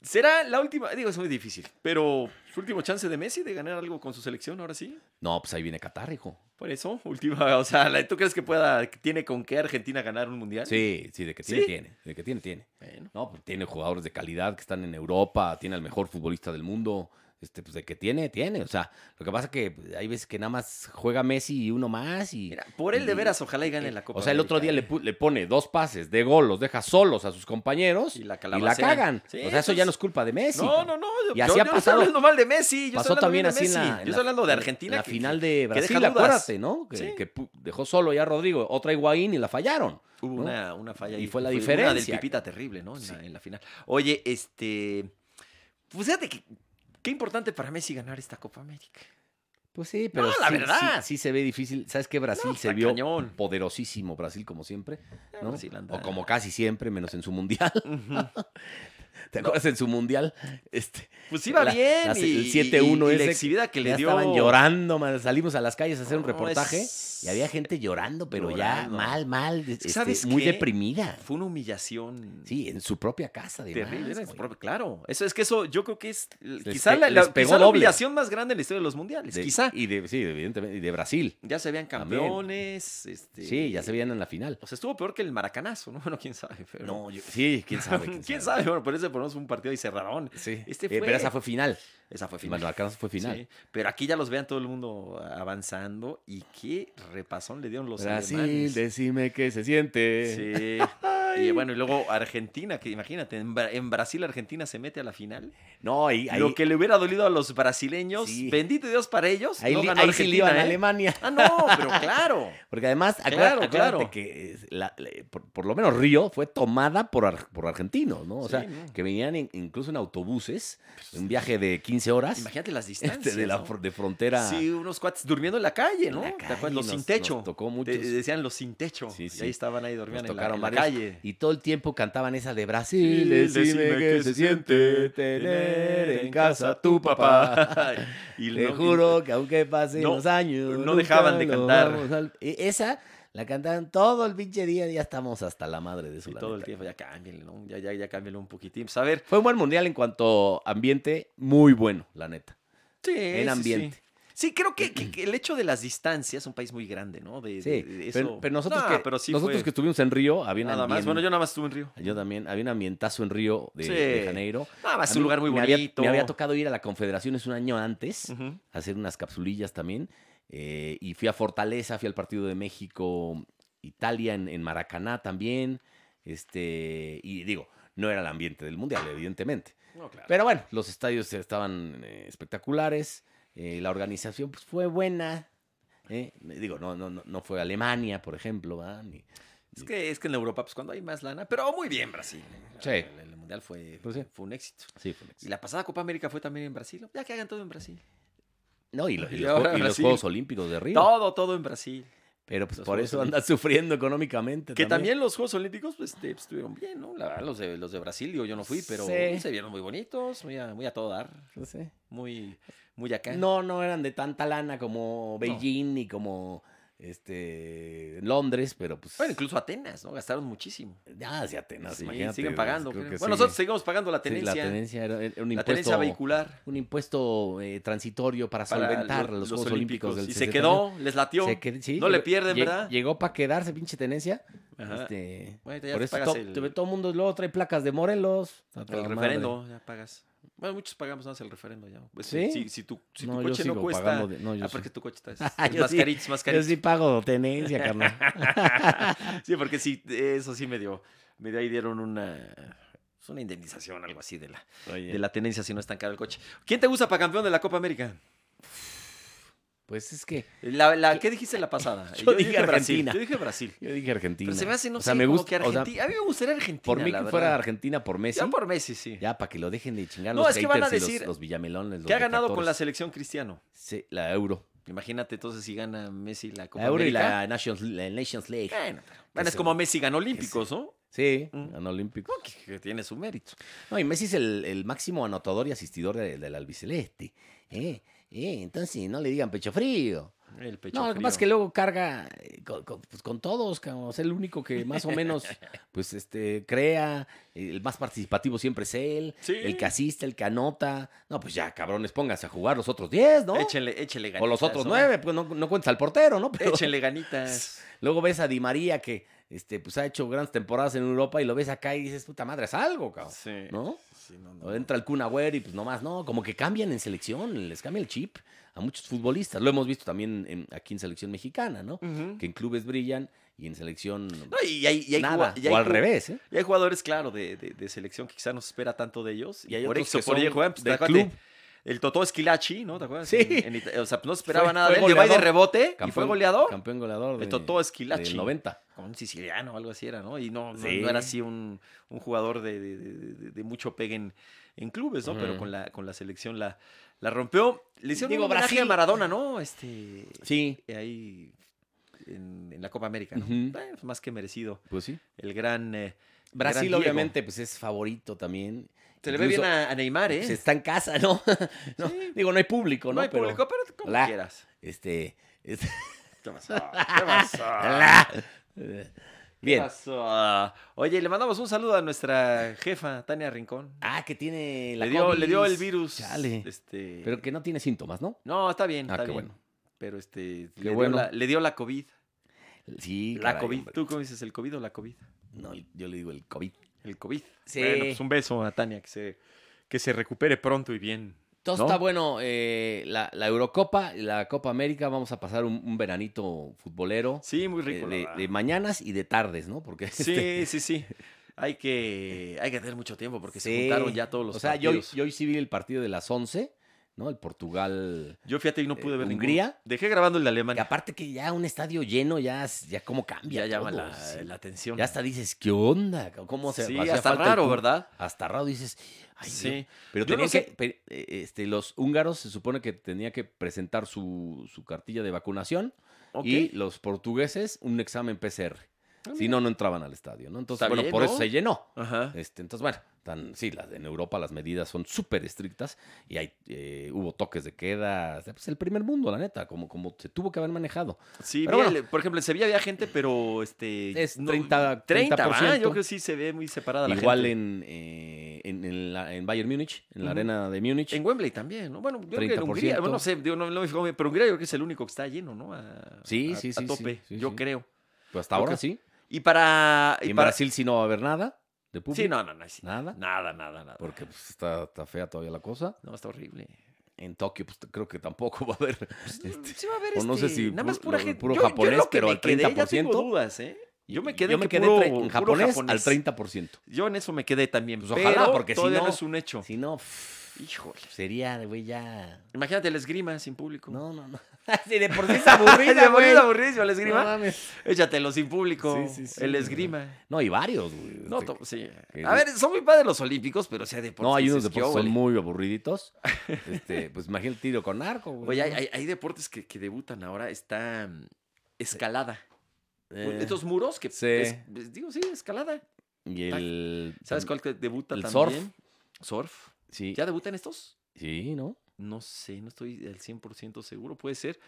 S1: Será la última, digo, es muy difícil, pero su último chance de Messi de ganar algo con su selección, ahora sí.
S2: No, pues ahí viene Qatar, hijo.
S1: Por eso, última, o sea, la- ¿tú crees que pueda, que tiene con qué Argentina ganar un mundial?
S2: Sí, sí, de que
S1: ¿Sí?
S2: tiene, tiene. De que tiene, tiene.
S1: Bueno.
S2: No, pues tiene jugadores de calidad que están en Europa, tiene al mejor futbolista del mundo. Este, pues de que tiene, tiene. O sea, lo que pasa es que pues, hay veces que nada más juega Messi y uno más y.
S1: Mira, por él de
S2: y-
S1: veras, ojalá y gane la Copa.
S2: O sea, el otro día
S1: América, eh.
S2: le, pu- le pone dos pases de gol, los deja solos a sus compañeros
S1: Y
S2: y
S1: la
S2: la,
S1: calabacean.
S2: cagan.
S1: Sí,
S2: o sea, eso ya
S1: entonces-
S2: no es culpa de Messi.
S1: No, no, no. Yo,
S2: Y así
S1: yo- yo
S2: ha pasado.
S1: estoy hablando mal de Messi. Yo
S2: Pasó
S1: estoy hablando bien
S2: también
S1: de
S2: así en
S1: Messi.
S2: la, en
S1: yo
S2: la-
S1: estoy hablando de
S2: en
S1: Argentina.
S2: la
S1: que-
S2: final de
S1: que deja
S2: Brasil,
S1: dudas.
S2: acuérdate, ¿no? Que,
S1: Sí.
S2: que pu- dejó solo ya a Rodrigo, otra Higuaín y la fallaron.
S1: Hubo
S2: ¿no?
S1: una, una falla
S2: Y
S1: ahí.
S2: fue la
S1: Una del
S2: diferencia.
S1: Pipita terrible, ¿no? En,
S2: Sí.
S1: la, en la final. Oye, este. Pues fíjate que. Qué importante para Messi ganar esta Copa América.
S2: Pues sí, pero
S1: No, la
S2: sí,
S1: verdad.
S2: sí- sí se ve difícil. ¿Sabes qué? Brasil
S1: No,
S2: se
S1: está
S2: vio
S1: cañón. Ah,
S2: poderosísimo, Brasil como siempre, ¿no?
S1: Brasil anda-
S2: O como casi siempre, menos en su mundial.
S1: Ujú.
S2: ¿Te acuerdas en su mundial? Este,
S1: Pues iba
S2: La-
S1: bien.
S2: la- el
S1: y- y-
S2: 7-1
S1: y, la
S2: ese
S1: exhibida que le
S2: ya
S1: dio.
S2: estaban llorando, man. salimos a las calles a hacer un
S1: No,
S2: reportaje
S1: es-
S2: y había gente llorando, pero
S1: Llorando.
S2: ya mal, mal, este,
S1: ¿Sabes
S2: muy
S1: qué?
S2: deprimida.
S1: Fue una humillación.
S2: Sí, en su propia casa, además,
S1: Terrible, era en su
S2: güey.
S1: propio- claro. Eso es que eso yo creo que es quizás
S2: Les
S1: quizá
S2: pe-
S1: la, la-
S2: les pegó
S1: quizá la
S2: doble.
S1: humillación más grande en la historia de los mundiales.
S2: De-
S1: quizá.
S2: Y de, sí, evidentemente, y de Brasil.
S1: Ya se veían
S2: También.
S1: campeones. Este,
S2: Sí, ya se veían en la final.
S1: O sea, estuvo peor que el maracanazo, ¿no? Bueno, quién sabe. Pero...
S2: No, yo- sí, quién sabe.
S1: ¿Quién, sabe? Bueno, por eso ponemos un partido y cerraron.
S2: Sí.
S1: Este
S2: Eh,
S1: fue-
S2: pero esa fue final.
S1: Esa fue
S2: El
S1: final.
S2: Maracanazo fue final.
S1: Sí, Pero aquí ya los vean todo el mundo avanzando. Y qué repasón le dieron los
S2: Brasil,
S1: alemanes.
S2: decime qué se siente.
S1: Sí.
S2: Ay.
S1: Y bueno, y luego Argentina, que imagínate, en, Bra- en Brasil Argentina se mete a la final.
S2: No, ahí, ahí,
S1: Lo que le hubiera dolido a los brasileños,
S2: Sí.
S1: bendito Dios para ellos,
S2: ahí
S1: no
S2: li-
S1: ganó
S2: ahí sí le iban
S1: Argentina,
S2: a
S1: ¿eh?
S2: Alemania.
S1: Ah, no, pero claro.
S2: Porque además, acuérdate,
S1: Claro,
S2: acuérdate
S1: claro.
S2: que eh, la- la- por, por lo menos Río fue tomada por, ar- por argentinos, ¿no? O
S1: Sí,
S2: sea,
S1: no. Pues
S2: que venían en- incluso en autobuses, un viaje de 15 horas
S1: Imagínate las
S2: este,
S1: distancias.
S2: de, la,
S1: ¿no?
S2: fr- de frontera.
S1: Sí, unos cuates durmiendo en la calle,
S2: en
S1: ¿no?
S2: la
S1: ¿Te
S2: calle,
S1: acuerdas? Los sin
S2: nos-
S1: techo.
S2: Nos tocó
S1: Te-
S2: muchos.
S1: decían los sin techo.
S2: Sí,
S1: Y
S2: sí.
S1: ahí estaban ahí
S2: Nos
S1: dormían en la,
S2: tocaron
S1: en la
S2: varios,
S1: calle.
S2: Y todo el tiempo cantaban esa de Brasil.
S1: Sí,
S2: Decime qué se siente tener en casa a tu papá.
S1: y
S2: Te
S1: no-
S2: juro que aunque pasen
S1: no-
S2: los años.
S1: no dejaban de
S2: nunca lo
S1: cantar.
S2: vamos a- E- Esa la cantaban todo el pinche día. Ya estamos hasta la madre de
S1: y
S2: eso. la
S1: todo el
S2: neta.
S1: tiempo, ya cámbienle, ¿no? Ya, ya, ya cámbienle un poquitín. Pues, a ver,
S2: Fue un buen mundial en cuanto ambiente, muy bueno, la neta.
S1: sí,
S2: En
S1: sí,
S2: ambiente.
S1: Sí. Sí, creo que, que- que el hecho de las distancias, un país muy grande, ¿no? De,
S2: Sí,
S1: de- de
S2: pero,
S1: eso-
S2: pero nosotros,
S1: No,
S2: que,
S1: pero sí
S2: nosotros
S1: fue
S2: que estuvimos en Río, había un
S1: Nada más.
S2: ambiente-
S1: Bueno, yo nada más estuve en Río.
S2: yo también, había un ambientazo en Río de,
S1: Sí.
S2: de Janeiro.
S1: Nada más,
S2: A
S1: es un
S2: mí
S1: lugar muy
S2: me había-
S1: bonito.
S2: me había tocado ir a la Confederaciones un año antes.
S1: Ujú.
S2: hacer unas capsulillas también. eh, y fui a Fortaleza, fui al partido de México, Italia, en, en Maracaná también. Este, y digo, no era el ambiente del Mundial, evidentemente.
S1: No, claro.
S2: Pero bueno, los estadios estaban eh, espectaculares. eh, la organización pues, fue buena. eh, Digo, no, no, no- no fue Alemania, por ejemplo. ¿verdad? Ni-
S1: Es que, es que en Europa, pues cuando hay más lana, pero muy bien Brasil.
S2: Sí.
S1: El, el Mundial fue,
S2: Pues sí.
S1: fue un éxito.
S2: sí, fue un éxito.
S1: Y la pasada Copa América fue también en Brasil. Ya que hagan todo en Brasil.
S2: No, y, lo- y
S1: Y
S2: los,
S1: ahora
S2: jue- y los
S1: Brasil.
S2: Juegos Olímpicos de Río.
S1: Todo, todo en Brasil.
S2: Pero pues
S1: los
S2: por
S1: Juegos
S2: eso andas sufriendo económicamente.
S1: Que también los Juegos Olímpicos pues, este, pues, estuvieron bien, ¿no? La verdad, los de, los de Brasil, digo, yo no fui, pero
S2: Sí.
S1: se vieron muy bonitos, muy a, muy a todo dar,
S2: No sé.
S1: muy, muy acá.
S2: No, no eran de tanta lana como Beijing ni como este Londres, pero pues.
S1: Bueno, incluso Atenas, ¿no? Gastaron muchísimo.
S2: ya hacia Atenas,
S1: Sí,
S2: imagínate.
S1: siguen pagando.
S2: creo
S1: creo.
S2: que
S1: Bueno,
S2: sí.
S1: nosotros seguimos pagando la
S2: Sí,
S1: tenencia,
S2: la
S1: la tenencia,
S2: tenencia era, era un impuesto.
S1: vehicular.
S2: Un impuesto eh, transitorio para,
S1: para
S2: solventar
S1: lo-
S2: los, Juegos Olímpicos. del
S1: Y se
S2: 68.
S1: quedó, les latió.
S2: Se qued- sí,
S1: no le
S2: llegó-
S1: pierden,
S2: lleg-
S1: ¿verdad?
S2: Llegó para quedarse, pinche tenencia.
S1: Ajá.
S2: Este,
S1: Bueno, ahorita ya
S2: por
S1: te
S2: eso
S1: pagas
S2: to-
S1: el-
S2: te ve todo el mundo luego trae placas de Morelos. a toda
S1: El
S2: madre.
S1: referendo, ya pagas. Bueno, muchos pagamos nada más el referendo ya. Pues,
S2: ¿Sí?
S1: Si, si tu, si tu
S2: No, yo
S1: coche no
S2: sigo
S1: cuesta.
S2: pagando de- no, yo
S1: ah,
S2: sí.
S1: porque tu coche está. Es,
S2: Ah,
S1: es
S2: yo
S1: más
S2: sí,
S1: carito, es más
S2: Yo
S1: carito.
S2: sí
S1: Sí.
S2: pago tenencia, carnal.
S1: porque sí, eso sí me dio. Me dio ahí dieron una. Es una indemnización, algo así de la, de la tenencia si no es tan caro el coche. ¿Quién te gusta para campeón de la Copa América?
S2: Pues es que
S1: La, la- ¿Qué dijiste la pasada?
S2: Yo dije
S1: Brasil.
S2: Argentina.
S1: Yo dije Brasil.
S2: yo dije Argentina.
S1: Pero se me hace, no
S2: O sea,
S1: sé,
S2: me
S1: como
S2: gusta-
S1: que
S2: o sea,
S1: Argentina. a mí me gustaría Argentina,
S2: por mí que
S1: la
S2: fuera
S1: verdad.
S2: Argentina por Messi.
S1: Ya por Messi, sí.
S2: Ya, para que lo dejen de chingar
S1: No,
S2: los
S1: es que van a
S2: haters y los-
S1: decir
S2: los, villamelones. los
S1: ¿Qué ha ganado con la
S2: detractores.
S1: selección Cristiano?
S2: Sí, la Euro.
S1: Imagínate entonces si gana Messi la Copa
S2: La Euro y
S1: América.
S2: la Nations, la Nations League.
S1: Bueno, pero- bueno, es
S2: Ese-
S1: como Messi ganó Olímpicos, ¿no?
S2: Sí,
S1: Mm.
S2: ganó Olímpicos.
S1: Que, que tiene su mérito.
S2: No, y Messi es el, el máximo anotador y asistidor de- del albiceleste. Eh, eh, entonces no le digan pecho frío.
S1: El pecho
S2: No, lo que
S1: frío.
S2: pasa es que luego carga eh, con, con- pues, con todos, cabrón. es el único que más o menos pues este crea, el más participativo siempre es él,
S1: Sí.
S2: el que asiste, el que anota. No, pues ya, cabrones, pónganse a jugar los otros 10, ¿no?
S1: Échenle, échenle ganitas.
S2: o los otros
S1: ¿no?
S2: nueve, pues no, no cuentes al portero, ¿no? Pero
S1: Échenle ganitas.
S2: luego ves a Di María que este, pues, ha hecho grandes temporadas en Europa y lo ves acá y dices, puta madre, es algo, cabrón.
S1: Sí.
S2: ¿No?
S1: Sí, no,
S2: O
S1: no.
S2: entra el Kun Agüero y pues nomás no, como que cambian en selección, les cambia el chip a muchos futbolistas. Lo hemos visto también en- aquí en selección mexicana, ¿no?
S1: Ujú.
S2: Que en clubes brillan y en selección
S1: No, y hay, y hay
S2: nada,
S1: jugua- y hay
S2: o al
S1: ju-
S2: revés, ¿eh?
S1: Y hay jugadores, claro, de, de- de selección que quizás no se espera tanto de ellos. Y,
S2: Y hay
S1: por
S2: otros
S1: eso,
S2: que
S1: por
S2: son
S1: ahí juegan, pues,
S2: del
S1: acuérdate,
S2: club.
S1: El Totó Esquilachi, ¿no? ¿Te acuerdas?
S2: Sí.
S1: En- en Ita- o sea, no esperaba
S2: Fue-
S1: nada
S2: fue
S1: de él. Le va y de
S2: goleador.
S1: rebote y fue goleador.
S2: Campeón goleador.
S1: El Totó Esquilachi.
S2: del 90.
S1: Con un siciliano o algo así era, ¿no? Y no, no-
S2: Sí.
S1: no era así un, un jugador de, de- de- de- de mucho pegue en, en clubes, ¿no? Pero
S2: Ujú.
S1: con la, con la selección la, la rompió. Le hicieron
S2: Digo,
S1: un homenaje
S2: Brasil-
S1: a Maradona, ¿no? Este,
S2: Sí,
S1: Ahí en, en la Copa América, ¿no?
S2: Ujú.
S1: Eh, pues, más que merecido.
S2: pues sí.
S1: El gran... eh, el gran
S2: Brasil
S1: Diego.
S2: obviamente pues es favorito también.
S1: Se le ve bien
S2: Incluso,
S1: a, a Neymar, ¿eh?
S2: pues, está en casa, ¿no? No,
S1: Sí.
S2: Digo, no hay público, ¿no?
S1: no hay
S2: Pero,
S1: público, pero como
S2: La-
S1: quieras.
S2: Este... este-
S1: ¿Qué pasó? ¿Qué pasó? Ah. ¿Qué
S2: Bien.
S1: pasó? Oye, le mandamos un saludo a nuestra jefa, Tania Rincón.
S2: Ah, que tiene la
S1: Le dio, le dio el
S2: COVID.
S1: virus.
S2: Chale.
S1: Este,
S2: Pero que no tiene síntomas, ¿no?
S1: No, está bien,
S2: Ah,
S1: está
S2: qué
S1: bien.
S2: bueno.
S1: Pero este,
S2: Qué
S1: le,
S2: bueno.
S1: dio la, le dio la COVID.
S2: Sí,
S1: la
S2: caray,
S1: COVID.
S2: hombre.
S1: ¿Tú cómo dices? ¿El COVID o la COVID?
S2: No, yo le digo el COVID.
S1: El COVID.
S2: Sí.
S1: Bueno, pues un beso a Tania, que se, que se recupere pronto y bien.
S2: Entonces
S1: ¿No?
S2: está bueno eh, la, la Eurocopa, la Copa América. Vamos a pasar un, un veranito futbolero.
S1: Sí, muy
S2: eh,
S1: rico. la
S2: de,
S1: verdad.
S2: de mañanas y de tardes, ¿no? Porque
S1: Sí,
S2: este,
S1: sí, sí. Hay que, hay que tener mucho tiempo porque se
S2: sí.
S1: juntaron ya todos los
S2: O sea, yo,
S1: partidos.
S2: yo hoy sí vi el partido de las 11, ¿no? El Portugal.
S1: Yo fíjate y no
S2: Eh,
S1: pude ver
S2: Hungría.
S1: ninguno. Dejé grabando el de
S2: Que
S1: Alemania.
S2: aparte que ya un estadio lleno, ya, es- ya cómo cambia.
S1: Ya llama
S2: todo,
S1: la,
S2: sí.
S1: la atención.
S2: Ya hasta dices, ¿qué onda? ¿Cómo se
S1: sí,
S2: hacía
S1: hasta
S2: falta el
S1: raro,
S2: Kun?
S1: ¿verdad?
S2: Hasta raro dices, ay,
S1: sí.
S2: Dios, Pero
S1: Yo no
S2: tenían
S1: sé-
S2: que, pe- eh, este, los húngaros se supone que tenía que presentar su, su cartilla de vacunación
S1: Ok.
S2: y los portugueses un examen PCR.
S1: Ah,
S2: Si
S1: mira.
S2: no, no entraban al estadio, ¿no? Entonces,
S1: Está
S2: bueno,
S1: bien,
S2: por
S1: ¿no?
S2: eso se llenó.
S1: Ajá.
S2: Este, entonces, bueno, tan, sí, las, en Europa las medidas son súper estrictas y hay, eh, hubo toques de queda. o sea, Pues el primer mundo, la neta, como, como se tuvo que haber manejado.
S1: Sí,
S2: Pero
S1: vi
S2: bueno.
S1: el- por ejemplo, en Sevilla había gente, pero este.
S2: Es 30,
S1: 30, ¿va?
S2: 30%.
S1: Yo creo que sí se ve muy separada la
S2: Igual
S1: gente.
S2: en, eh, en, en la- en Bayern Múnich, en la
S1: Ujú.
S2: arena de Múnich.
S1: En Wembley también, ¿no? Bueno, yo creo que en Hungría,
S2: 30%.
S1: bueno, no sé, digo, no, no me fijo bien, pero Hungría yo creo que es el único que está lleno, ¿no? A,
S2: Sí,
S1: a-
S2: sí,
S1: a
S2: sí,
S1: tope,
S2: sí, sí,
S1: yo
S2: sí.
S1: creo.
S2: Pues hasta
S1: Creo
S2: ahora
S1: que-
S2: sí.
S1: Y para.
S2: Y en
S1: para-
S2: Brasil sí no va a haber nada de público.
S1: Sí, no, no, no. sí.
S2: Nada.
S1: Nada, nada, nada.
S2: Porque pues, está, está fea todavía la cosa.
S1: No, está horrible.
S2: En Tokio, pues creo que tampoco va a haber. este,
S1: Sí va a haber
S2: o no sé
S1: este,
S2: si
S1: nada
S2: pu-
S1: más pura
S2: lo-
S1: gente.
S2: puro
S1: yo, yo
S2: japonés,
S1: lo que
S2: pero
S1: me
S2: al
S1: quedé, ya
S2: 30%.
S1: tengo dudas, ¿eh? Yo me quedé,
S2: yo me
S1: que
S2: quedé
S1: puro-
S2: tre- en
S1: puro
S2: japonés,
S1: japonés.
S2: al 30%.
S1: Yo en eso me quedé también.
S2: Pues ojalá,
S1: pero
S2: porque si
S1: todavía
S2: no-
S1: no, es un hecho.
S2: Si no, pff,
S1: Híjole.
S2: sería, güey, ya.
S1: Imagínate la esgrima sin público.
S2: No, no, no. si de por sí es
S1: Ay,
S2: aburrida,
S1: de morir
S2: güey.
S1: aburridísimo la
S2: No,
S1: esgrima.
S2: mames.
S1: Échatelo sin público.
S2: Sí, sí, sí,
S1: el
S2: la
S1: esgrima.
S2: No, y varios, güey.
S1: No,
S2: Este,
S1: to- sí.
S2: que-
S1: A ver, son muy padres los olímpicos, pero sea deportes.
S2: no, hay
S1: que
S2: unos
S1: dices,
S2: deportes que
S1: "Qué
S2: son
S1: óvole".
S2: muy aburriditos. Este, pues imagínate el tiro con arco, güey.
S1: Oye, hay, hay- hay deportes que, que debutan ahora. Está mm, escalada.
S2: Eh,
S1: Estos muros que.
S2: sí.
S1: es- es- digo, sí, escalada.
S2: y el.
S1: ¿Sabes cuál que debuta
S2: El surf.
S1: también? Surf.
S2: Sí,
S1: ¿Ya debutan estos?
S2: sí, ¿no?
S1: No sé, no estoy al 100% seguro. Puede ser.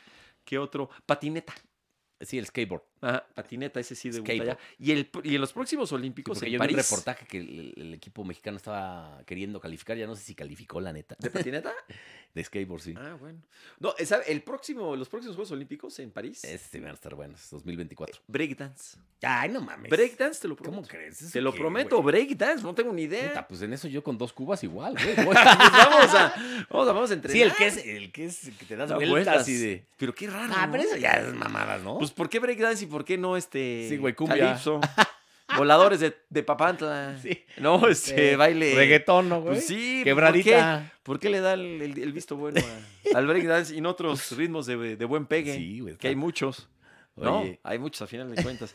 S1: ¿Qué otro? Patineta.
S2: Sí, el skateboard.
S1: Ajá, patineta, ese sí debuta
S2: Skateboard.
S1: ya. Y, el, y en los próximos
S2: Sí,
S1: Olímpicos
S2: porque
S1: en
S2: yo vi un
S1: París.
S2: reportaje que el, el- el equipo mexicano estaba queriendo calificar, ya no sé si calificó la neta.
S1: ¿De patineta?
S2: De skateboard, sí.
S1: Ah, bueno. No, eh, ¿sabe? El próximo, los próximos Juegos Olímpicos en París.
S2: Este van a estar buenos, 2024.
S1: Breakdance.
S2: Ay, no mames.
S1: Breakdance, te lo prometo.
S2: ¿Cómo crees? ¿Eso
S1: Te lo
S2: qué,
S1: prometo,
S2: güey?
S1: breakdance, no tengo ni idea.
S2: Puta, pues en eso yo con dos cubas igual, güey.
S1: Pues vamos a, vamos a, vamos a entrenar.
S2: sí, el que es, el que es, que te das
S1: Las
S2: vueltas,
S1: vueltas.
S2: y de.
S1: Pero qué raro.
S2: Ah,
S1: ¿no?
S2: pero eso ya es mamadas, ¿no?
S1: Pues, ¿por qué breakdance y por qué no este.
S2: Sí, güey, cumbia.
S1: calipso? Voladores de, de Papantla.
S2: Sí.
S1: No, este
S2: Eh,
S1: baile.
S2: Reggaetón, ¿no, güey?
S1: Pues sí, ¿por qué?
S2: Quebradita.
S1: ¿Por qué le da el, el- el visto bueno a- al breakdance y en otros ritmos de, de buen pegue?
S2: Sí, güey.
S1: que hay
S2: está-
S1: muchos. ¿no?
S2: Oye,
S1: Hay muchos a final de cuentas.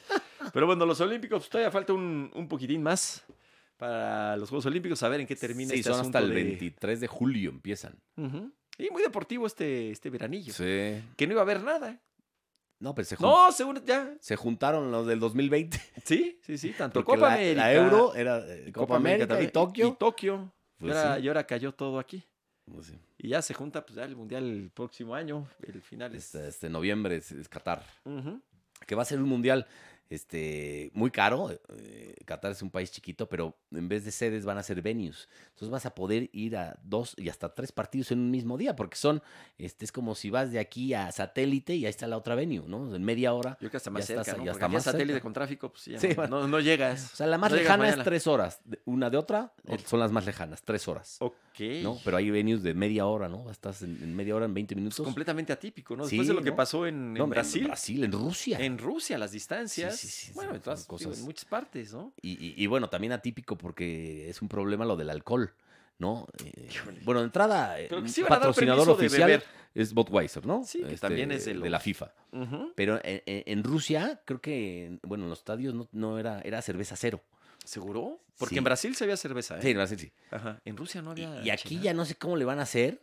S1: Pero bueno, los Olímpicos, pues, todavía falta un, un poquitín más para los Juegos Olímpicos, a ver en qué termina
S2: sí,
S1: este
S2: son
S1: asunto
S2: hasta el
S1: de-
S2: 23 de julio empiezan.
S1: Ujú. Y muy deportivo este, este veranillo.
S2: Sí.
S1: Que no iba a haber nada.
S2: No, pero se, jun-
S1: No, según ya.
S2: se juntaron los del 2020.
S1: Sí, sí, sí. Tanto
S2: Porque
S1: Copa
S2: la,
S1: América.
S2: la Euro era eh, Copa, América,
S1: también,
S2: y Tokio.
S1: Y Tokio.
S2: Pues
S1: y, ahora,
S2: sí,
S1: y ahora cayó todo aquí.
S2: pues sí.
S1: Y ya se junta pues, ya el Mundial el próximo año. El final es...
S2: Este, este noviembre es, es Qatar.
S1: Ujú.
S2: Que va a ser un mundial este, muy caro. eh, Qatar es un país chiquito, pero en vez de sedes van a ser venues. Entonces vas a poder ir a dos y hasta tres partidos en un mismo día, porque son, este, es como si vas de aquí a satélite y ahí está la otra venue, ¿no? En media hora.
S1: Yo creo que hasta más
S2: Ya
S1: cerca,
S2: estás-
S1: ¿no?
S2: ya
S1: Porque
S2: está
S1: aquí
S2: más
S1: a satélite
S2: cerca.
S1: con tráfico, pues ya
S2: Sí,
S1: no-
S2: bueno.
S1: no, no llegas.
S2: O sea, la más
S1: No llegas
S2: lejana es
S1: mañana.
S2: tres horas, de- una de otra,
S1: Ok.
S2: son las más lejanas, tres horas.
S1: Ok. pues,
S2: ¿no? Pero hay venues de media hora, ¿no? Estás en, en media hora, en 20 minutos.
S1: completamente atípico, ¿no?
S2: Sí,
S1: Después de lo que
S2: ¿no?
S1: pasó en,
S2: No,
S1: en Brasil,
S2: En
S1: en,
S2: Brasil, en Rusia.
S1: Rusia, las distancias.
S2: Sí, sí, sí,
S1: bueno,
S2: son-
S1: en todas
S2: son
S1: digo,
S2: cosas.
S1: en muchas partes, ¿no?
S2: Y, y- y bueno, también atípico porque es un problema lo del alcohol, ¿no? Eh,
S1: Híjole.
S2: bueno, de entrada, eh,
S1: Pero que sí van a dar
S2: patrocinador
S1: permiso de
S2: oficial
S1: beber.
S2: es Budweiser, ¿no? Este,
S1: Sí, que también es de los-
S2: la FIFA.
S1: Ujú.
S2: Pero en, en- en Rusia, creo que, en- bueno, en los estadios no, no era, era cerveza cero.
S1: ¿Seguro? Porque
S2: Sí.
S1: en Brasil se había cerveza, ¿eh?
S2: Sí, en Brasil sí.
S1: Ajá. En Rusia no
S2: Y,
S1: había.
S2: y aquí
S1: chingada.
S2: ya no sé cómo le van a hacer,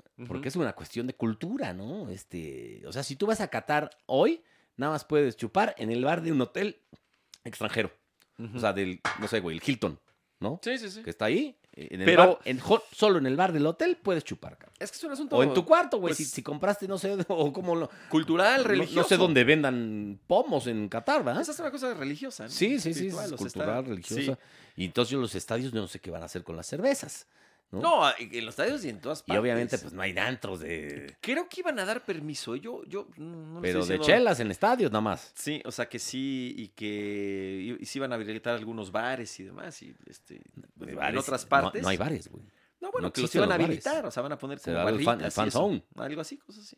S1: Ujú.
S2: porque es una cuestión de cultura, ¿no? Este, o sea, si tú vas a Qatar hoy, nada más puedes chupar en el bar de un hotel extranjero.
S1: Ujú.
S2: O sea, del, no sé, güey, el Hilton, ¿no?
S1: sí, sí, sí.
S2: Que está ahí. En el
S1: Pero-
S2: bar- en jo- solo en el bar del hotel puedes chupar, cabrón.
S1: Es que es un asunto
S2: O en tu cuarto, güey,
S1: pues-
S2: si, si compraste, no sé, o como lo-
S1: cultural,
S2: no,
S1: religioso.
S2: no sé dónde vendan pomos en Qatar, ¿verdad?
S1: Esa es una cosa religiosa, ¿no?
S2: Sí, sí, sí, es
S1: Espiritual, o sea, está-
S2: cultural,
S1: sí.
S2: religiosa. Y entonces yo en los estadios no sé qué van a hacer con las cervezas, ¿no?
S1: No, en los estadios y en todas
S2: y
S1: partes.
S2: obviamente, pues no hay antros de...
S1: Creo que iban a dar permiso. ¿eh? Yo, yo no, no lo
S2: Pero
S1: estoy
S2: de
S1: diciendo-
S2: chelas en estadios nada más.
S1: Sí, o sea que sí, y que sí iban a habilitar algunos bares y demás, y este,
S2: De
S1: en
S2: bares,
S1: otras
S2: no-
S1: partes.
S2: No, hay bares, güey.
S1: No, bueno,
S2: no
S1: que los
S2: existen
S1: iban a
S2: los bares.
S1: habilitar, o sea, van a poner
S2: Se
S1: como
S2: da el fan- el
S1: barritas y
S2: fan
S1: eso,
S2: zone.
S1: Algo así, cosas así.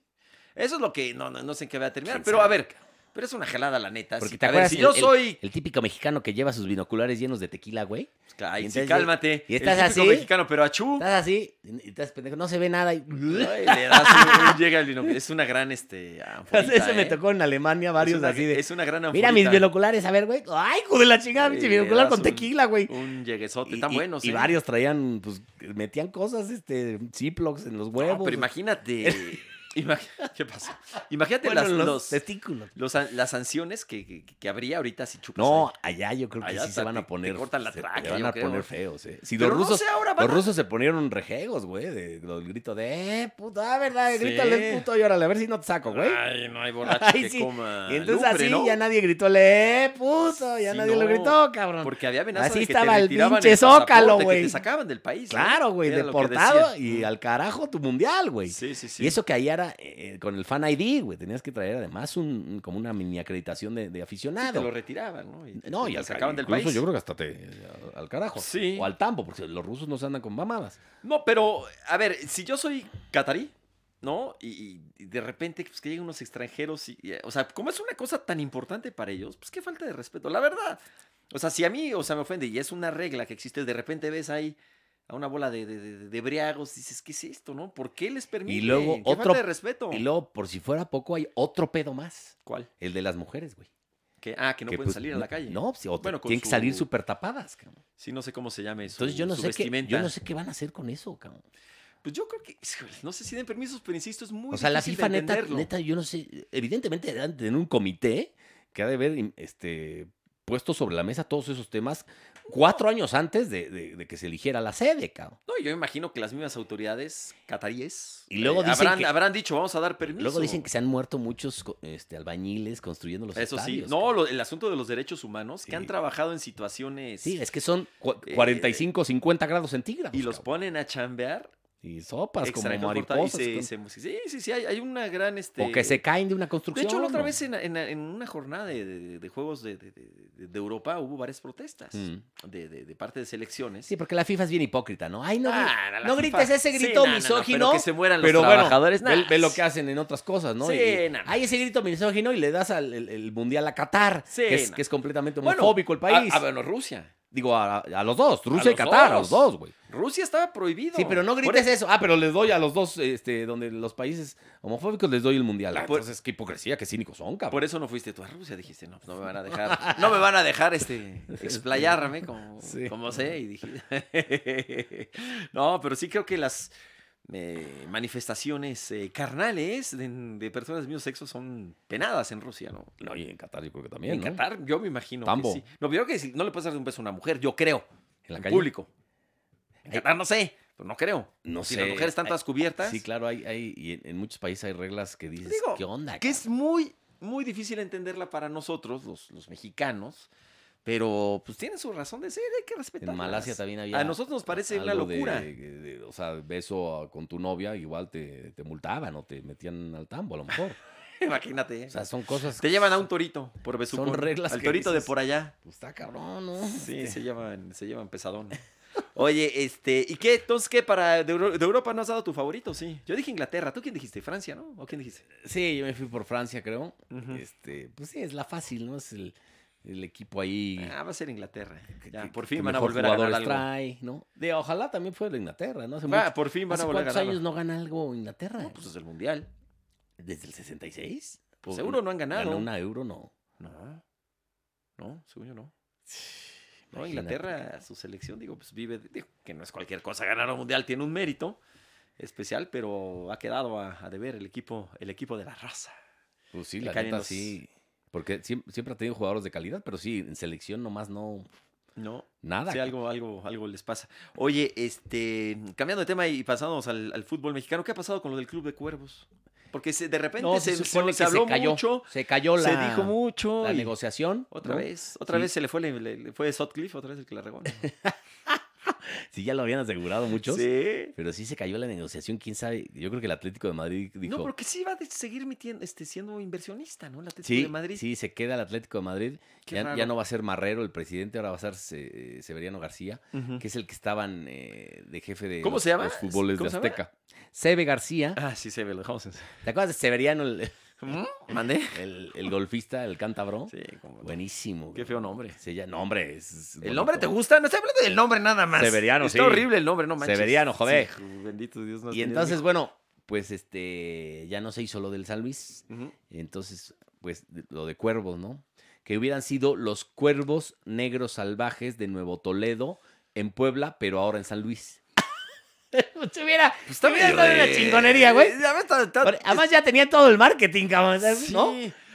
S1: Eso es lo que, no, no, no sé en qué va a terminar,
S2: ¿Quién
S1: pero
S2: sabe,
S1: a ver, pero es una gelada la neta.
S2: Porque
S1: si,
S2: te
S1: a ver,
S2: acuerdas
S1: si
S2: el-
S1: yo soy...
S2: El típico mexicano que lleva sus binoculares llenos de tequila, güey.
S1: Ay,
S2: y
S1: sí,
S2: entonces-
S1: cálmate.
S2: y estás
S1: el típico
S2: así.
S1: mexicano, pero achú.
S2: Estás así, y estás pendejo, no se ve nada. y-
S1: Ay, le das un- un- llega el vino. Es una gran, este, anforita,
S2: Eso me
S1: ¿eh?
S2: tocó en Alemania
S1: Es
S2: varios
S1: una-
S2: así de.
S1: Es una gran ¿eh?"
S2: Mira
S1: anforita.
S2: mis binoculares, a ver, güey. Ay, hijo de la chingada,
S1: Sí,
S2: pinche
S1: le
S2: binocular
S1: das
S2: con
S1: un-
S2: tequila, güey.
S1: Un lleguesote,
S2: Y-
S1: tan
S2: y-
S1: buenos,
S2: Y
S1: ¿eh?
S2: varios traían, pues, metían cosas, este, ziplocs en los
S1: No,
S2: huevos.
S1: pero imagínate. imag- ¿Qué pasó? Imagínate
S2: Bueno,
S1: las,
S2: los,
S1: los-
S2: testículos.
S1: los san- las sanciones que, que- que habría ahorita si chupas.
S2: No,
S1: ahí.
S2: allá yo creo que
S1: Allá
S2: sí se
S1: hasta
S2: van
S1: te-
S2: a
S1: te
S2: poner.
S1: cortan la
S2: se-
S1: tráquea,
S2: Se van
S1: yo
S2: a
S1: creo.
S2: poner feos, eh. Si
S1: Pero
S2: los
S1: no
S2: rusos.
S1: sé, ahora van
S2: Los
S1: a-
S2: rusos se ponieron rejegos, güey, de- del grito de, eh, puto, ah, verdad,
S1: Sí.
S2: grítale puto y órale, a ver si no te saco, güey.
S1: Ay, no hay borracho
S2: Ay,
S1: que
S2: sí.
S1: coma.
S2: Y entonces
S1: lumbre,
S2: así
S1: ¿no?
S2: ya nadie gritó, eh, puto, ya
S1: Sí,
S2: nadie
S1: no,
S2: lo gritó, cabrón.
S1: Porque había amenaza
S2: Así
S1: de que
S2: estaba
S1: te
S2: el
S1: retiraban
S2: pinche
S1: pasaporte,
S2: zócalo,
S1: que
S2: güey.
S1: Te sacaban del país. ¿eh?
S2: Claro, güey,
S1: Era lo que
S2: deportado
S1: decían.
S2: y
S1: Mm.
S2: al carajo tu mundial, güey.
S1: Sí, sí, sí.
S2: Y eso que ahí era eh, con el fan ID, güey, tenías que traer además un, como una mini acreditación de, de
S1: Sí, te
S2: aficionado.
S1: lo retiraban, ¿no? te-
S2: No,
S1: te
S2: y al
S1: sacaban del
S2: incluso
S1: país.
S2: Yo creo que hasta te. al carajo.
S1: Sí.
S2: O al tambo, porque los rusos no se andan con mamadas.
S1: No, pero, a ver, si yo soy catarí, ¿no? Y, y- y de repente, pues que lleguen unos extranjeros y, y, eh, o sea, como es una cosa tan importante para ellos, pues qué falta de respeto, la verdad. O sea, si a mí, o sea, me ofende y es una regla que existe, de repente ves ahí a una bola de, de, de- de briagos, dices, ¿qué es esto, no? ¿Por qué les permite?
S2: luego
S1: ¿Qué
S2: otro-
S1: falta de respeto?
S2: Y luego, por si fuera poco, hay otro pedo más.
S1: ¿Cuál?
S2: El de las mujeres, güey.
S1: Que, ah, que no pueden
S2: pues,
S1: salir a
S2: no-
S1: la calle.
S2: No, sí, o te-
S1: Bueno, con
S2: tienen que
S1: su-
S2: salir súper tapadas, cabrón.
S1: Sí, no sé cómo se llame eso.
S2: Entonces yo no sé qué, yo no sé qué van a hacer con eso, cabrón.
S1: Pues yo creo que, híjole, no sé si den permisos, pero insisto, es muy
S2: O sea, la
S1: difícil de
S2: FIFA neta,
S1: entenderlo.
S2: neta, yo no sé. Evidentemente deben tener un comité que ha de haber este, puesto sobre la mesa todos esos temas cuatro años antes de, de- de que se eligiera la sede, cabrón.
S1: No, yo imagino que las mismas autoridades cataríes eh,
S2: Y luego dicen
S1: habrán,
S2: que-
S1: habrán dicho, vamos a dar permiso.
S2: Luego dicen que se han muerto muchos co- este, albañiles construyendo los
S1: Eso sí,
S2: estadios,
S1: no,
S2: cabrón.
S1: lo- el asunto de los derechos humanos
S2: Sí.
S1: que han trabajado en situaciones
S2: Sí, es que son cua-
S1: Eh,
S2: 45, 50 grados centígrados.
S1: y los
S2: cabrón.
S1: ponen a chambear.
S2: Y sopas como
S1: extraño, corta- y
S2: mariposas.
S1: se-
S2: cabrón.
S1: se- sí, sí, sí, hay, hay una gran... Este,
S2: O que se caen de una
S1: De
S2: construcción.
S1: hecho, la otra
S2: ¿no?
S1: vez en, en- en una jornada de, de- de juegos de, de- de- de Europa hubo varias protestas
S2: Mm.
S1: de, de- de parte de selecciones.
S2: Sí, porque la FIFA es bien hipócrita, ¿no? Ay, no,
S1: Ah,
S2: gri-
S1: la
S2: no
S1: FIFA.
S2: grites ese
S1: Sí,
S2: grito
S1: no, no, no,
S2: misógino.
S1: pero que se mueran los
S2: Pero bueno,
S1: trabajadores.
S2: ve,
S1: nah,
S2: ve lo que hacen en otras cosas, ¿no?
S1: Sí,
S2: Y-
S1: nada.
S2: Hay ese grito misógino y le das al el, el mundial a Qatar,
S1: Sí,
S2: que, es,
S1: nada.
S2: que es completamente
S1: Bueno,
S2: homofóbico el país.
S1: A, a- bueno, Rusia.
S2: Digo, a, a los dos, Rusia y
S1: los
S2: Qatar, a los
S1: dos.
S2: dos, güey.
S1: Rusia estaba prohibido.
S2: Sí, pero no
S1: Por
S2: grites eso. Ah, pero les doy a los dos, este, donde los países homofóbicos les doy el mundial. Ah,
S1: Por-
S2: Entonces, qué hipocresía, qué cínicos son, cabrón.
S1: Por eso no fuiste tú a Rusia, dijiste, no, pues no me van a dejar, no me van a dejar este explayarme como,
S2: Sí.
S1: como sé. Y dije, no, pero sí creo que las eh, manifestaciones eh, carnales de, de personas del mismo sexo son penadas en Rusia, ¿no?
S2: No, y en Qatar yo creo que también,
S1: e- en
S2: ¿no?
S1: Qatar, yo me imagino
S2: Tambo.
S1: que sí. No, pero yo creo que sí, no le puedes dar un beso a una mujer, yo creo. En,
S2: En la calle.
S1: público. En
S2: Ay.
S1: Qatar no sé, pero no creo.
S2: No
S1: si
S2: sé. Eh,
S1: las mujeres están todas cubiertas.
S2: Sí, claro, hay, hay y en, en muchos países hay reglas que dices,
S1: Digo,
S2: ¿qué onda?
S1: que es muy, muy difícil entenderla para nosotros, los, los mexicanos, pero pues tienen su razón de ser, hay que respetar.
S2: En Malasia también había.
S1: Pues A nosotros nos parece una
S2: algo de-
S1: locura.
S2: de- o sea, beso a- con tu novia, igual te, te multaban o te metían al tambo, a lo mejor.
S1: Imagínate.
S2: O sea, son cosas.
S1: te llevan a un torito por besucón.
S2: son reglas
S1: Al
S2: que
S1: torito
S2: dices,
S1: de por allá.
S2: Pues está cabrón, ¿no?
S1: Sí,
S2: Este,
S1: se llevan, se llevan pesadón. Oye, este, ¿y qué? Entonces, ¿qué? Para de, Euro- de Europa no has dado tu favorito, sí. Yo dije Inglaterra, ¿tú quién dijiste? ¿Francia, no? ¿O quién dijiste?
S2: Sí, yo me fui por Francia, creo.
S1: Ujú.
S2: Este, pues sí, es la fácil, ¿no? Es el, el equipo ahí.
S1: Ah, va a ser Inglaterra.
S2: que-
S1: Ya,
S2: que-
S1: por
S2: que
S1: fin van a
S2: mejor
S1: volver a ganar
S2: jugadores
S1: algo.
S2: trae, ¿no? De, ojalá también fuera Inglaterra, ¿no? Hace,
S1: Va,
S2: mucho-
S1: por fin van a
S2: ¿hace
S1: volver a
S2: cuántos
S1: ganar algo.
S2: años no gana algo Inglaterra?
S1: No, pues es el Mundial.
S2: ¿Desde el 66?
S1: Pues, seguro no han ganado.
S2: Ganó una euro, no.
S1: No. No, según yo no. No,
S2: Imagínate.
S1: Inglaterra, su selección, digo, pues vive, de- digo, que no es cualquier cosa, ganar un mundial tiene un mérito especial, pero ha quedado a, a deber el equipo, el equipo de la raza.
S2: Pues sí,
S1: Le
S2: la
S1: caen
S2: neta
S1: los-
S2: sí. Porque siem- siempre, ha tenido jugadores de calidad, pero sí, en selección nomás no.
S1: No,
S2: Nada.
S1: sí, algo, algo, algo les pasa. Oye, este, cambiando de tema y pasándonos al, al fútbol mexicano, ¿qué ha pasado con lo del Club de Cuervos? Porque se- de repente
S2: No,
S1: se,
S2: se,
S1: se-
S2: supone
S1: se
S2: que
S1: habló
S2: se cayó.
S1: mucho,
S2: se cayó la,
S1: se dijo mucho.
S2: la
S1: y
S2: negociación.
S1: Otra
S2: ¿no?
S1: vez, otra
S2: Sí.
S1: vez se le fue, le, le- le fue Sutcliffe, otra vez el que la regó. ¿no?
S2: Sí, ya lo habían asegurado muchos.
S1: Sí.
S2: Pero sí se cayó la negociación, quién sabe. Yo creo que el Atlético de Madrid dijo.
S1: No, porque sí va a de- seguir mitiendo- este, siendo inversionista, ¿no? El Atlético
S2: Sí,
S1: de Madrid.
S2: sí, se queda el Atlético de Madrid.
S1: Qué
S2: Ya, ya
S1: raro.
S2: no va a ser Marrero el presidente, ahora va a ser Se- Severiano García,
S1: Ujú.
S2: que es el que estaban eh, de jefe de
S1: ¿Cómo
S2: los,
S1: se llama?
S2: los fútboles
S1: ¿Cómo
S2: de
S1: se llama?
S2: Azteca. Seve García.
S1: Ah, sí, se ve, lo dejamos en...
S2: ¿Te acuerdas de Severiano, el,
S1: ¿Mm? ¿Mandé?
S2: el- el golfista, el cántabro?
S1: Sí, como...
S2: Buenísimo.
S1: Qué
S2: güey.
S1: feo nombre.
S2: Sí, ya, no, hombre. es- es
S1: ¿El
S2: bonito.
S1: nombre te gusta? No estoy hablando del nombre nada más.
S2: Severiano,
S1: Está
S2: sí.
S1: horrible el nombre, no manches.
S2: Severiano, joder.
S1: Sí, bendito Dios. no has
S2: Y
S1: tenido
S2: entonces,
S1: hijo.
S2: bueno, pues este, ya no se hizo lo del San Luis.
S1: Ujú.
S2: Entonces, pues de- lo de cuervos, ¿no? Que hubieran sido los cuervos negros salvajes de Nuevo Toledo en Puebla, pero ahora en San Luis. Se hubiera,
S1: Pues está
S2: hubiera
S1: medio
S2: estado
S1: de-
S2: una chingonería, güey.
S1: Eh, además está- está-
S2: Pero Además ya tenía todo el marketing, cabrón,
S1: Sí.
S2: ¿no?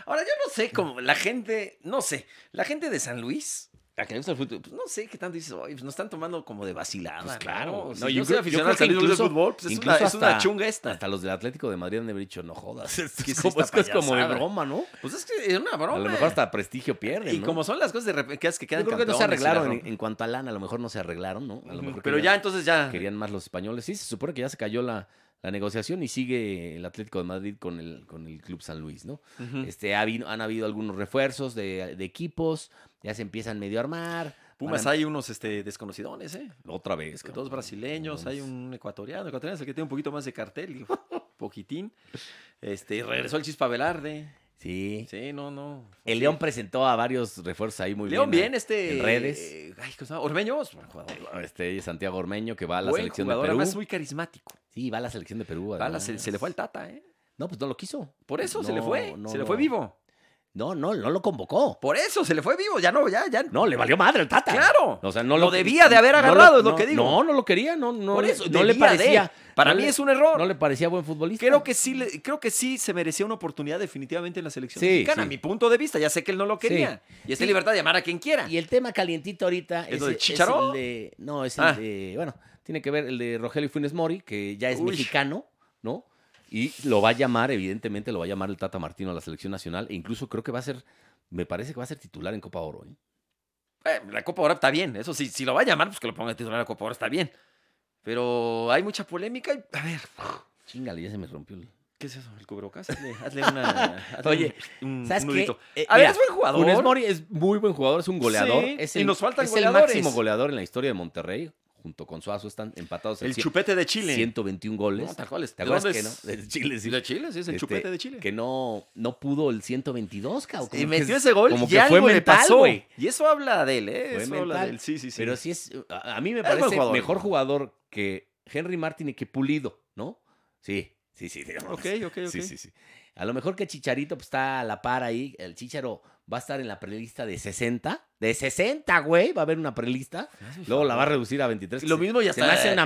S1: Ahora, yo no sé cómo la gente, no sé, la gente de San Luis,
S2: Ah,
S1: la que le gusta el fútbol, pues no sé qué tanto dices, oye, pues nos están tomando como de vacilada.
S2: Pues claro.
S1: ¿no?
S2: No,
S1: Si
S2: yo
S1: yo,
S2: creo-
S1: soy
S2: yo
S1: aficionado
S2: creo
S1: al San
S2: que
S1: Luis del
S2: incluso-
S1: fútbol, pues es,
S2: incluso
S1: una, es una
S2: hasta-
S1: chunga esta.
S2: Hasta los del Atlético de Madrid han de haber dicho, no jodas. esto
S1: ¿Qué
S2: es,
S1: es
S2: como,
S1: esta
S2: es que es como de
S1: payasada?
S2: broma, ¿no?
S1: Pues es que es una broma.
S2: A lo mejor hasta prestigio pierden,
S1: Y
S2: ¿no?
S1: como son las cosas de repente que, es que quedan
S2: Yo creo que no se
S1: campeones y la
S2: arreglaron en,
S1: rompen.
S2: en cuanto a lana, a lo mejor no se arreglaron, ¿no? A lo
S1: Ujú,
S2: mejor
S1: Pero ya
S2: querían,
S1: entonces ya.
S2: querían más los españoles. Sí, se supone que ya se cayó la, la negociación y sigue el Atlético de Madrid con el, con el Club San Luis, ¿no?
S1: Ujú.
S2: Este, ha habido- han habido algunos refuerzos de, de equipos, ya se empiezan medio a armar.
S1: Pumas
S2: Van
S1: hay unos este, desconocidones, ¿eh?
S2: a- Otra vez. cabrón.
S1: Dos brasileños, hay un ecuatoriano. Ecuatoriano es el que tiene un poquito más de cartel, digo, poquitín. Este, y regresó el Chispa Velarde.
S2: Sí.
S1: Sí, no, no.
S2: El León presentó a varios refuerzos ahí muy
S1: León bien,
S2: bien. ¿eh?
S1: este.
S2: en redes.
S1: eh, Ay, ¿cómo se llama? Ormeños. buen jugador.
S2: Este Santiago Ormeño que va a la
S1: Buen
S2: selección
S1: jugador,
S2: de Perú.
S1: además es muy carismático.
S2: Sí, va a la selección de Perú.
S1: Bala, se,
S2: además.
S1: se le fue al Tata, ¿eh?
S2: No, pues no lo quiso.
S1: Por eso se le
S2: No,
S1: fue.
S2: no,
S1: se le
S2: no.
S1: fue vivo.
S2: No, no, no lo convocó.
S1: Por eso se le fue vivo. Ya no, ya, ya.
S2: No, le valió madre el Tata.
S1: Claro.
S2: O sea, no
S1: Lo debía de haber agarrado, es lo que digo.
S2: No, no lo quería, no, no,
S1: Por eso,
S2: no le
S1: debía de.
S2: parecía.
S1: Para
S2: no
S1: mí
S2: le-
S1: es un error.
S2: No le parecía buen futbolista.
S1: Creo que sí, le- creo que sí se merecía una oportunidad definitivamente en la selección
S2: Sí,
S1: mexicana,
S2: sí.
S1: a mi punto de vista. Ya sé que él no lo
S2: Sí.
S1: quería. Y está
S2: Sí.
S1: en libertad de llamar a quien quiera.
S2: Y el tema calientito ahorita
S1: ¿Es
S2: es,
S1: lo del
S2: es
S1: Chicharón?
S2: el de. No, es el
S1: Ah.
S2: de. Bueno, tiene que ver el de Rogelio Funes Mori, que ya es
S1: Uy.
S2: mexicano, ¿no? Y lo va a llamar, evidentemente, lo va a llamar el Tata Martino a la selección nacional. E incluso creo que va a ser. Me parece que va a ser titular en Copa Oro. ¿eh?
S1: Eh, la Copa Oro está bien. Eso sí, si lo va a llamar, pues que lo ponga titular a la Copa Oro está bien. Pero hay mucha polémica. y- a ver,
S2: Chingale, ya se me rompió el.
S1: ¿Qué es eso? El cubrebocas. Hazle, hazle una. hazle
S2: Oye,
S1: un, un-
S2: ¿Sabes
S1: un
S2: qué?
S1: nudito.
S2: Eh,
S1: a ver,
S2: mira,
S1: es buen jugador.
S2: Funes Mori es muy buen jugador, es un goleador.
S1: Sí,
S2: es
S1: y nos faltan
S2: es
S1: goleadores.
S2: el máximo goleador en la historia de Monterrey. Junto con Suazo están empatados en
S1: el
S2: cien-
S1: chupete de Chile.
S2: 121 goles.
S1: No, tal cual, es- ¿de
S2: ¿Te acuerdas
S1: dónde
S2: que
S1: es?
S2: no? De Chile, sí.
S1: De Chile, sí, es el
S2: Este,
S1: chupete de Chile.
S2: Que no, no pudo el 122, cabrón.
S1: y
S2: como que
S1: metió
S2: es-
S1: ese gol
S2: como
S1: y
S2: que
S1: algo
S2: fue
S1: le
S2: mental,
S1: pasó.
S2: güey.
S1: Y eso habla de él, ¿eh?
S2: Fue
S1: eso habla
S2: mental.
S1: de él. Sí, sí, sí.
S2: Pero sí es. A, a mí me
S1: Es buen
S2: parece
S1: jugador.
S2: mejor jugador que Henry Martin y que Pulido, ¿no? Sí, sí, sí. digamos.
S1: Ok, ok, ok.
S2: Sí, sí, sí. A lo mejor que Chicharito pues, está a la par ahí. El Chicharo va a estar en la prelista de 60. De 60, güey. Va a haber una prelista. Luego la va a reducir a 23.
S1: Lo
S2: Se-
S1: mismo ya
S2: Se
S1: está-
S2: me hace una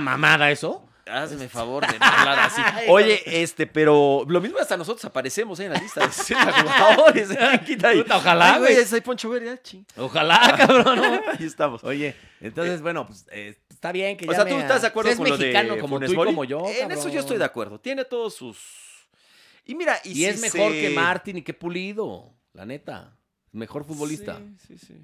S2: mamada eso. Este.
S1: Hazme favor de no hablar así. Oye, este, pero lo mismo hasta nosotros aparecemos ¿eh? en la lista de 60 jugadores. ¿eh? Quita ahí.
S2: Puta, ojalá,
S1: Ay, güey.
S2: güey.
S1: es ahí Poncho Vera,
S2: ah,
S1: ching.
S2: Ojalá, cabrón. ¿no?
S1: Ahí estamos.
S2: Oye, entonces, bueno, pues eh, está bien que
S1: O
S2: ya
S1: sea,
S2: me
S1: tú
S2: a-
S1: estás de acuerdo
S2: Si es
S1: con
S2: mexicano
S1: lo de
S2: como
S1: Funes
S2: tú y
S1: Mori?
S2: como yo.
S1: En eso yo
S2: cabrón.
S1: estoy de acuerdo. Tiene todos sus. Y mira, y,
S2: Y,
S1: si
S2: es mejor
S1: se-
S2: que Martín y que Pulido, la neta. Mejor futbolista.
S1: Sí, sí, sí.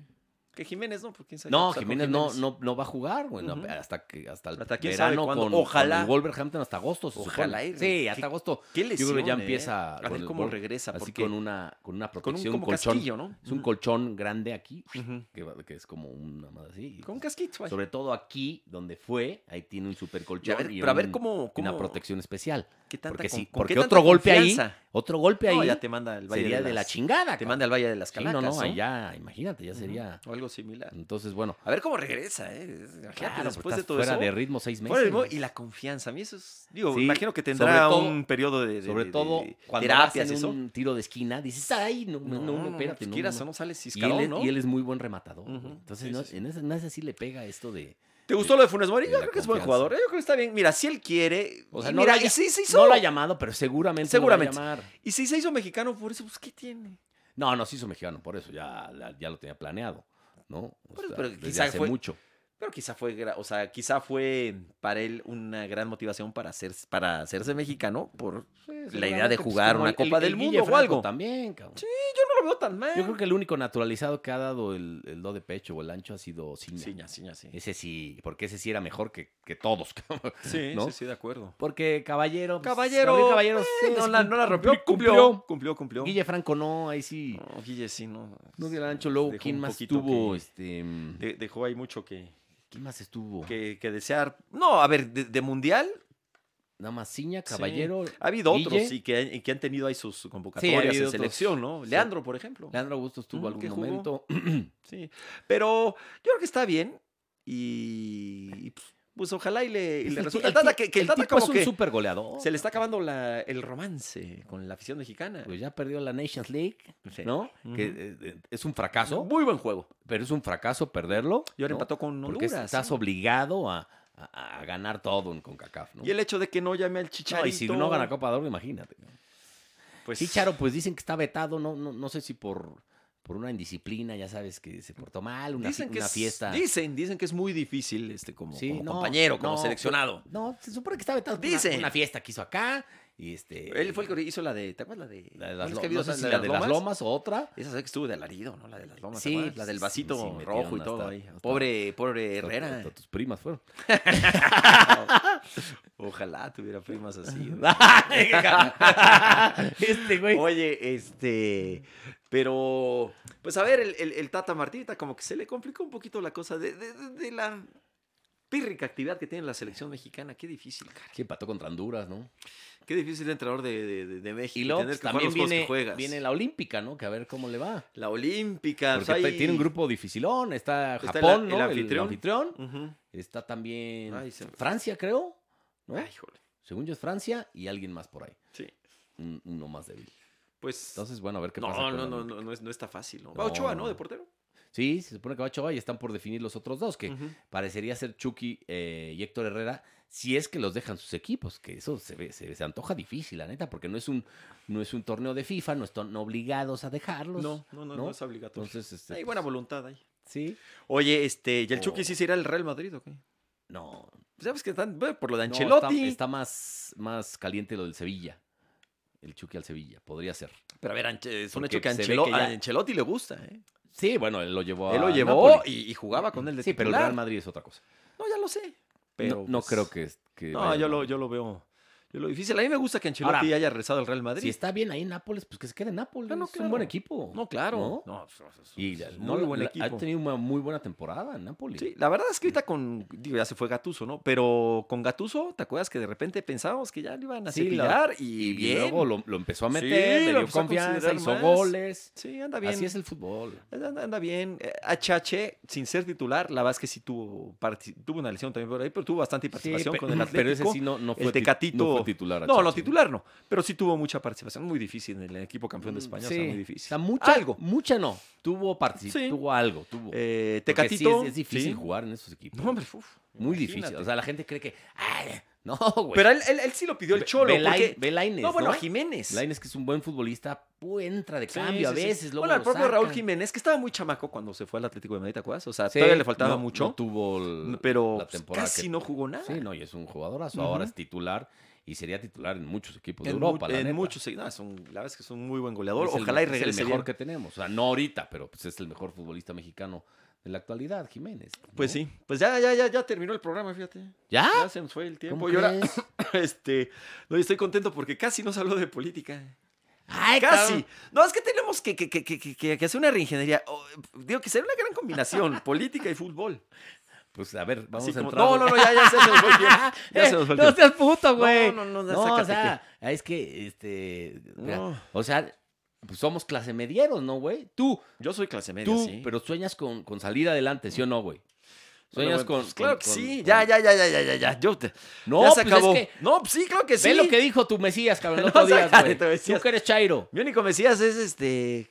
S1: Que Jiménez no, porque quién sabe.
S2: No,
S1: qué pasó con
S2: Jiménez no, no, no va a jugar, güey. no,
S1: Ujú.
S2: hasta, que, hasta el
S1: Hasta quién sabe
S2: verano
S1: cuándo.
S2: con,
S1: Ojalá.
S2: con el Wolverhampton hasta agosto. se
S1: Ojalá
S2: supone.
S1: y re-
S2: Sí,
S1: qué-
S2: hasta agosto.
S1: Qué lesión,
S2: Yo creo que ya
S1: eh.
S2: empieza.
S1: A
S2: con
S1: ver
S2: el
S1: cómo
S2: gol-
S1: regresa.
S2: Así
S1: porque
S2: con una, con una
S1: con un
S2: protección,
S1: como
S2: un colchón.
S1: casquillo, ¿no?
S2: Es un
S1: Ujú.
S2: colchón grande aquí,
S1: Ujú.
S2: que, va- que es como una madre así. y
S1: Con un casquito. ahí.
S2: Sobre todo aquí, donde fue, ahí tiene un super
S1: Y a
S2: colchón.
S1: ver,
S2: y
S1: pero a ver
S2: un-
S1: cómo.
S2: y
S1: cómo
S2: una protección especial.
S1: ¿qué tanta
S2: porque
S1: con-
S2: sí,
S1: con
S2: porque
S1: qué tanta
S2: otro golpe ahí,
S1: confianza?
S2: Otro golpe ahí
S1: No, ya te manda el Valle
S2: sería
S1: de,
S2: de la
S1: las-
S2: chingada.
S1: Te
S2: cabrón.
S1: manda el Valle de las
S2: Sí,
S1: Calacas.
S2: no, no, ahí ya, imagínate, ya sería.
S1: O algo similar.
S2: Entonces, bueno,
S1: A ver cómo regresa, ¿eh? Imagínate,
S2: claro, pues,
S1: después
S2: estás
S1: de todo
S2: fuera
S1: eso.
S2: de ritmo seis meses.
S1: fuera de ritmo
S2: güey.
S1: y la confianza. A mí eso es. Digo,
S2: Sí,
S1: imagino que
S2: sobre
S1: tendrá
S2: todo-
S1: un periodo de. de-
S2: Sobre
S1: de-
S2: todo
S1: de
S2: cuando
S1: terapias y
S2: hacen
S1: eso.
S2: un tiro de esquina, dices, ay, no, no, no, espérate,
S1: pues,
S2: no, no,
S1: quieras
S2: no".
S1: o no sales
S2: Y él,
S1: ciscadón,
S2: es,
S1: ¿no?
S2: y él es muy buen rematador. güey.
S1: Ujú,
S2: Entonces,
S1: sí,
S2: no,
S1: sí, sí.
S2: en esa- no es así le pega esto de.
S1: ¿Te gustó lo de Funes Mori?
S2: y
S1: Yo
S2: la
S1: creo que es buen
S2: confianza.
S1: jugador. ¿eh? Yo creo que está bien. Mira, si él quiere.
S2: O sea,
S1: y
S2: no
S1: mira,
S2: la-
S1: y sí se hizo.
S2: No lo ha llamado, pero seguramente.
S1: Seguramente.
S2: Lo va a llamar.
S1: y si se hizo mexicano por eso, pues ¿qué tiene?
S2: No, no se hizo mexicano, por eso ya, la- ya lo tenía planeado. ¿No? O
S1: Pero-
S2: sea,
S1: pero
S2: desde
S1: quizá
S2: hace
S1: fue-
S2: mucho.
S1: Pero quizá fue, gra- o sea, quizá fue para él una gran motivación para hacerse, para hacerse mexicano por la idea de
S2: Seguramente, pues,
S1: jugar
S2: como
S1: una
S2: el-
S1: Copa
S2: el-
S1: del
S2: el Guille
S1: Mundo o
S2: Franco
S1: algo.
S2: También, cabrón.
S1: Yo no lo veo tan mal.
S2: Yo creo que el único naturalizado que ha dado el, el do de pecho o el ancho ha sido Ciña.
S1: Sí, ya, sí, ya, sí.
S2: Ese sí, porque ese sí era mejor que, que todos. cabrón.
S1: Sí,
S2: ¿no?
S1: sí, sí, de acuerdo.
S2: Porque Caballero. pues,
S1: Caballero,
S2: Gabriel Caballero
S1: eh,
S2: sí,
S1: no,
S2: sí,
S1: la, no la rompió, cumplió, cumplió, cumplió.
S2: Guille Franco no, ahí sí.
S1: No, Guille sí, no.
S2: No dio el ancho. Luego,
S1: Dejó
S2: ¿quién
S1: un
S2: más
S1: poquito
S2: estuvo?
S1: que-
S2: Este, Oh. mm,
S1: de- dejó ahí mucho que,
S2: ¿Quién más estuvo?
S1: que, que desear. No, a ver, de, de mundial
S2: Nada más Ciña,
S1: Sí.
S2: Caballero.
S1: ha habido
S2: Guille.
S1: otros y que, han- y que han tenido ahí sus convocatorias
S2: habido
S1: en
S2: otros.
S1: selección, ¿no?
S2: Sí.
S1: Leandro, por ejemplo.
S2: Leandro Augusto estuvo
S1: Ujú, Mm, que
S2: algún
S1: jugó.
S2: momento.
S1: Sí. Pero yo creo que está bien y, y, pues, pues, ojalá y le, y le resulta. El
S2: ti-
S1: Tata, que, que el
S2: el
S1: Tata
S2: tipo es
S1: como
S2: un
S1: que
S2: super goleador.
S1: se le está acabando la- el romance con la afición mexicana.
S2: Pues ya perdió la Nations League,
S1: Sí.
S2: ¿no?
S1: Ujú.
S2: Que eh, eh, es un fracaso,
S1: Muy buen juego.
S2: pero es un fracaso perderlo.
S1: Y ahora
S2: ¿no?
S1: empató con
S2: Porque
S1: Honduras.
S2: estás
S1: ¿no?
S2: obligado a, a- a ganar todo en CONCACAF, ¿no?
S1: Y el hecho de que no llame al
S2: No,
S1: Chicharito.
S2: y si no gana Copa de Oro, imagínate.
S1: pues,
S2: Chicharo, pues dicen que está vetado, no, no, no sé si por, por una indisciplina, ya sabes que se portó mal, una,
S1: dicen
S2: fi-
S1: que
S2: una
S1: es-
S2: fiesta.
S1: Dicen, dicen que es muy difícil este, como,
S2: Sí,
S1: como
S2: no,
S1: compañero, como
S2: no, pues,
S1: seleccionado.
S2: No, se supone que está vetado por
S1: Dicen.
S2: una, una fiesta que hizo acá. Y este.
S1: Él fue el que hizo la de. ¿Te acuerdas la de
S2: la de
S1: ¿cuál
S2: las,
S1: es
S2: lo-
S1: que ha habido
S2: no sé
S1: esa-
S2: si la de las lomas o otra.
S1: Esa sé que estuvo de alarido, ¿no? La de las lomas. ¿te
S2: Sí, pues,
S1: acuerdas? la del
S2: sí,
S1: vasito
S2: sí, metieron
S1: rojo y
S2: hasta-
S1: todo ahí.
S2: hasta-
S1: Pobre, pobre
S2: Hasta-
S1: Herrera.
S2: hasta tus primas fueron.
S1: Ojalá tuviera primas así.
S2: este Ah, güey.
S1: Oye, este, pero, pues a ver, el, el- el Tata Martita como que se le complicó un poquito la cosa de, de- de- de la pírrica actividad que tiene la selección mexicana. Qué difícil, cara.
S2: Sí, empató contra Honduras, ¿no?
S1: Qué difícil de entrenador de, de- de- de México.
S2: Y luego
S1: tener
S2: pues,
S1: que
S2: también
S1: jugar los juegos que
S2: viene,
S1: juegas.
S2: viene la Olímpica, ¿no? Que a ver cómo le va.
S1: La Olímpica.
S2: Porque
S1: o sea,
S2: te-
S1: Ah, pues ahí-
S2: tiene un grupo dificilón. Está
S1: Está el-
S2: Japón,
S1: el
S2: ¿no?
S1: anfitrión.
S2: anfitrión.
S1: Ujú.
S2: Está también
S1: Ay, se-
S2: Francia, creo. ¿no?
S1: Ay, híjole.
S2: Según yo es Francia y alguien más por ahí.
S1: Sí.
S2: Un- Uno más débil.
S1: Pues.
S2: Entonces, bueno, a ver qué
S1: no,
S2: pasa.
S1: no,
S2: con la
S1: no, no,
S2: Olímpica.
S1: no es- no está fácil. ¿no? Va
S2: No,
S1: Ochoa,
S2: no,
S1: ¿no? De
S2: no.
S1: portero.
S2: Sí, se supone que va Ochoa y están por definir los otros dos, que
S1: Ujú.
S2: parecería ser Chucky eh, y Héctor Herrera, si es que los dejan sus equipos, que eso se, ve- se, se antoja difícil, la neta, porque no es un, no es un torneo de FIFA, no están obligados a dejarlos.
S1: No, no, no, no,
S2: ¿no?
S1: es obligatorio.
S2: Entonces, este,
S1: Hay buena
S2: pues,
S1: voluntad ahí.
S2: Sí.
S1: Oye, este, ¿y el Chucky
S2: Oh.
S1: sí se irá al Real Madrid o qué?
S2: No. no,
S1: Pues sabes que están bueno, por lo de
S2: está-
S1: Ancelotti.
S2: está más, más caliente lo del Sevilla. El Chucky al Sevilla, podría ser.
S1: Pero a ver, Anche- es un
S2: Porque
S1: hecho que,
S2: se ve
S1: Anchelo-
S2: que ya-
S1: a Ancelotti le gusta, ¿eh?
S2: Sí, bueno, él lo llevó a
S1: Él lo llevó
S2: Napoli.
S1: y, y jugaba con él de
S2: pues, Sí, pero el
S1: titular.
S2: Real Madrid es otra cosa.
S1: No, ya lo sé.
S2: Pero
S1: Pero
S2: no, no
S1: pues,
S2: creo que, que
S1: No,
S2: vaya
S1: yo
S2: al
S1: lo,
S2: Madrid.
S1: yo lo veo. Es lo difícil. A mí me gusta que Ancelotti
S2: Ahora,
S1: haya regresado al Real Madrid.
S2: Si está bien ahí en Nápoles, pues que se quede en Nápoles.
S1: Ah, no,
S2: Es un buen
S1: claro.
S2: equipo.
S1: No, claro.
S2: ¿no?
S1: No, es- es-
S2: Y
S1: es
S2: no
S1: muy
S2: la-
S1: buen
S2: la-
S1: equipo.
S2: Ha tenido una muy buena temporada en Nápoles.
S1: Sí, la verdad es que ahorita con, digo, ya se fue Gatuso, ¿no? Pero con Gatuso, ¿te acuerdas que de repente pensábamos que ya lo iban a
S2: Sí, la-
S1: cepillar
S2: Y,
S1: y, bien?
S2: luego lo, lo empezó a
S1: Sí,
S2: meter,
S1: lo
S2: le dio
S1: empezó a
S2: confianza,
S1: considerar
S2: hizo
S1: más.
S2: goles.
S1: Sí, anda bien.
S2: Así es el fútbol.
S1: Anda, anda bien. Eh, HH, sin ser titular, la verdad es que sí tuvo, parti- tuvo una lesión también por ahí, pero tuvo bastante participación
S2: pe-
S1: con el Atlético.
S2: Pero ese sí no, no
S1: el
S2: fue, tit-
S1: Tecatito-
S2: no fue titular.
S1: No, no
S2: Achache.
S1: titular no, pero sí tuvo mucha participación. Muy difícil en el equipo campeón de
S2: Mm,
S1: España,
S2: sí.
S1: o sea, muy difícil.
S2: O sea, mucha,
S1: Algo.
S2: Mucha no. Tuvo participación,
S1: Sí.
S2: tuvo algo. Tuvo.
S1: Eh,
S2: Porque sí
S1: Tecatito.
S2: es, es difícil
S1: sí.
S2: jugar en esos equipos.
S1: No, hombre, uf,
S2: Muy
S1: imagínate.
S2: difícil. O sea, la gente cree que. "Ay, no, güey.
S1: Pero él, él- él sí lo pidió el
S2: Be-
S1: Cholo.
S2: Belai-
S1: porque-
S2: Belaines,
S1: No, bueno,
S2: ¿no?
S1: Jiménez.
S2: Lainez, que es un buen futbolista, pu- entra de
S1: Sí,
S2: cambio
S1: sí,
S2: a
S1: sí.
S2: veces. luego
S1: bueno, el
S2: lo
S1: propio Raúl
S2: sacan.
S1: Jiménez, que estaba muy chamaco cuando se fue al Atlético de Madrid, ¿te acuerdas? O sea,
S2: Sí,
S1: todavía le faltaba
S2: no-
S1: mucho,
S2: No tuvo el-
S1: pero
S2: la
S1: pues,
S2: temporada
S1: casi
S2: que-
S1: no jugó nada.
S2: Sí, no, y es un jugadorazo.
S1: Ujú.
S2: Ahora es titular y sería titular en muchos equipos de
S1: en mu-
S2: pues, Europa. la
S1: en
S2: neta.
S1: muchos, sí, no, es un- la verdad es que es un muy buen goleador.
S2: Es el-
S1: Ojalá y
S2: es
S1: regrese
S2: el mejor
S1: bien.
S2: que tenemos. O sea, no ahorita, pero pues es el mejor futbolista mexicano de la actualidad, Jiménez. ¿no?
S1: Pues sí, pues ya, ya, ya, ya terminó el programa, fíjate.
S2: ¿Ya?
S1: Ya se nos fue el tiempo. Y ahora, este, no, y estoy contento porque casi no se habló de política.
S2: ¡Ay,
S1: Casi. No, es que tenemos que, que, que, que, que- que hacer una reingeniería. O, digo que sería una gran combinación, política y fútbol.
S2: Pues a ver, vamos
S1: Así
S2: a
S1: como-
S2: entrar.
S1: no, no, no, ya, ya se nos fue el tiempo. Ya se nos fue el
S2: Eh, no
S1: tiempo.
S2: seas puto, güey.
S1: No, no, no,
S2: No, o
S1: sácate
S2: sea, es que, este, mira,
S1: No.
S2: o sea, pues somos clase medieros, ¿no, güey? Tú,
S1: Yo soy clase media,
S2: tú,
S1: sí.
S2: pero sueñas con, con salir adelante, ¿sí o no, güey?
S1: Bueno,
S2: Sueñas
S1: bueno,
S2: con,
S1: pues claro
S2: con-
S1: que
S2: con-
S1: sí.
S2: con-
S1: Ya, ya, ya, ya, ya, ya, ya. Yo te-
S2: No,
S1: ya se
S2: pues
S1: acabó.
S2: es que,
S1: no, pues sí, claro que sí.
S2: ve lo que dijo tu Mesías, cabrón, el
S1: No,
S2: otro día,
S1: sácate
S2: güey.
S1: tu Mesías.
S2: Tú que eres Chairo.
S1: Mi único Mesías es este.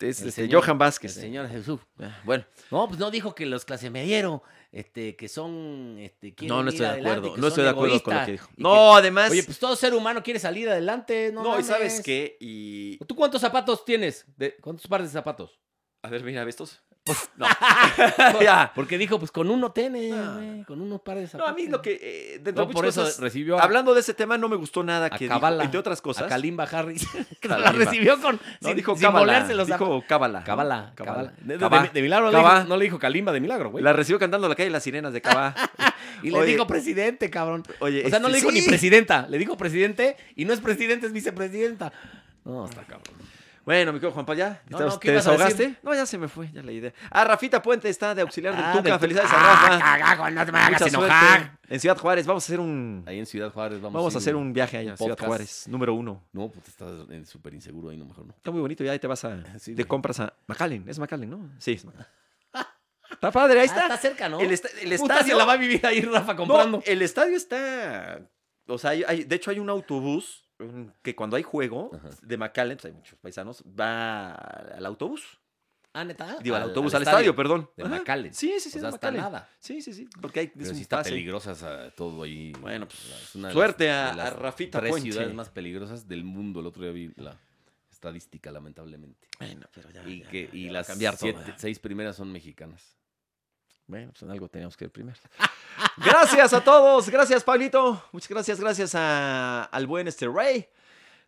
S1: Es
S2: El
S1: este
S2: señor-
S1: Johan
S2: El
S1: Vázquez.
S2: señor Jesús.
S1: Ah, Bueno,
S2: No, pues no dijo que los clase medieros, este, que son, este, quieren
S1: no, no
S2: ir
S1: estoy de
S2: adelante,
S1: acuerdo.
S2: que
S1: No
S2: son
S1: estoy de acuerdo con lo
S2: egoístas
S1: que dijo.
S2: y
S1: No, además.
S2: Oye, pues todo ser humano quiere salir adelante, ¿no?
S1: no, y sabes
S2: mames.
S1: qué. Y.
S2: ¿Tú cuántos zapatos tienes? De- ¿Cuántos pares de zapatos?
S1: A ver, mira, ve estos.
S2: Ya.
S1: Ya.
S2: Porque dijo, pues con uno tienes,
S1: No.
S2: güey, con unos pares de
S1: No,
S2: zapatos.
S1: a mí lo que. eh, dentro
S2: No,
S1: de
S2: por
S1: muchas
S2: eso
S1: cosas,
S2: recibió a,
S1: Hablando de ese tema, no me gustó nada
S2: a
S1: que dijo,
S2: Kabbalah,
S1: entre otras
S2: a
S1: cosas.
S2: Kalimba Harris. que la
S1: Kalimba.
S2: recibió con.
S1: no,
S2: sin,
S1: dijo
S2: sin
S1: Cábala.
S2: molerse los zapatos.
S1: Dijo Cábala. ¿no?
S2: Cabala, cabala.
S1: Cábala.
S2: De, de-
S1: Cabá.
S2: de- de milagro no le,
S1: Cabá.
S2: dijo, no le dijo Kalimba, de milagro, güey.
S1: La recibió cantando la calle Las Sirenas de Cabá.
S2: Y le
S1: Oye,
S2: dijo presidente, cabrón.
S1: Oye,
S2: O sea, no
S1: este,
S2: le dijo ni
S1: sí.
S2: presidenta, le dijo presidente y no es presidente, es vicepresidenta. No, está cabrón.
S1: Bueno, mi querido Juan Pablo, ¿ya?
S2: No,
S1: ¿Te-
S2: no, ¿qué
S1: ¿Te
S2: ibas a
S1: desahogaste? No, ya se me fue, ya la idea. Ah, Rafita Puente está de auxiliar del
S2: Ah,
S1: Tuca.
S2: del
S1: Felicidades
S2: Tuca.
S1: a Rafa.
S2: Ah, cagajo, no te me hagas
S1: Mucha
S2: enojar.
S1: suerte. En Ciudad Juárez, vamos a hacer un.
S2: Ahí en Ciudad Juárez vamos,
S1: Vamos a
S2: ir,
S1: hacer
S2: güey.
S1: un viaje ahí
S2: un
S1: a Ciudad
S2: podcast.
S1: Juárez, número uno.
S2: No, pues estás eh, súper inseguro ahí, no mejor no.
S1: Está muy bonito, ya ahí te vas a.
S2: Sí,
S1: de
S2: güey.
S1: compras a. McAllen, es McAllen, ¿no? Sí, es McAllen. Está padre, ahí
S2: Ah,
S1: está.
S2: cerca, ¿no?
S1: El, esta- el
S2: Puta, se
S1: estadio.
S2: la va a vivir ahí Rafa
S1: No,
S2: comprando.
S1: el estadio está. O sea, hay- hay- de hecho, hay un autobús mm, que cuando hay juego
S2: Ajá.
S1: de McAllen, pues hay muchos paisanos, va al autobús.
S2: Ah, neta.
S1: Digo, al, autobús, al, estadio, perdón.
S2: De
S1: Ajá.
S2: Macale.
S1: Sí, sí, sí,
S2: o sea,
S1: de
S2: hasta
S1: Macale.
S2: nada.
S1: Sí, sí, sí. Porque hay, es
S2: Pero
S1: un
S2: sí está
S1: pase.
S2: peligrosa esa- todo ahí.
S1: Bueno, pues,
S2: Es una de
S1: suerte
S2: las-
S1: a-
S2: de
S1: a
S2: las
S1: Rafita
S2: tres
S1: Puente.
S2: ciudades más peligrosas del mundo. El otro día vi la estadística, lamentablemente.
S1: Bueno, pero ya.
S2: Y,
S1: ya,
S2: que, y
S1: ya va a
S2: las
S1: cambiar todo,
S2: siete-
S1: ¿verdad?
S2: seis primeras son mexicanas.
S1: Bueno, pues en algo teníamos que ir primero. gracias a todos. Gracias, Pablito. Muchas gracias. Gracias a- al buen este Ray.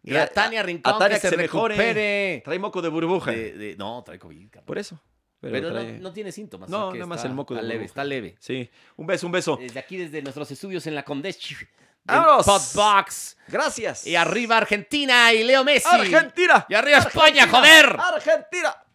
S2: Y a
S1: Gra-
S2: Tania Rincón
S1: a Tania
S2: que, se
S1: mejore.
S2: recupere.
S1: Trae moco de burbuja.
S2: De- de- no, trae COVID. cabrón.
S1: Por eso. Pero,
S2: Pero,
S1: trae-
S2: no, no tiene síntomas.
S1: No,
S2: o sea que
S1: nada más
S2: está-
S1: el moco de
S2: está leve,
S1: burbuja.
S2: Está leve.
S1: Sí. Un beso, un beso.
S2: Desde aquí, desde nuestros estudios en la Condés.
S1: ¡Vámonos!
S2: Podbox.
S1: Gracias.
S2: Y arriba Argentina y Leo Messi.
S1: Argentina.
S2: Y arriba España, joder.
S1: Argentina.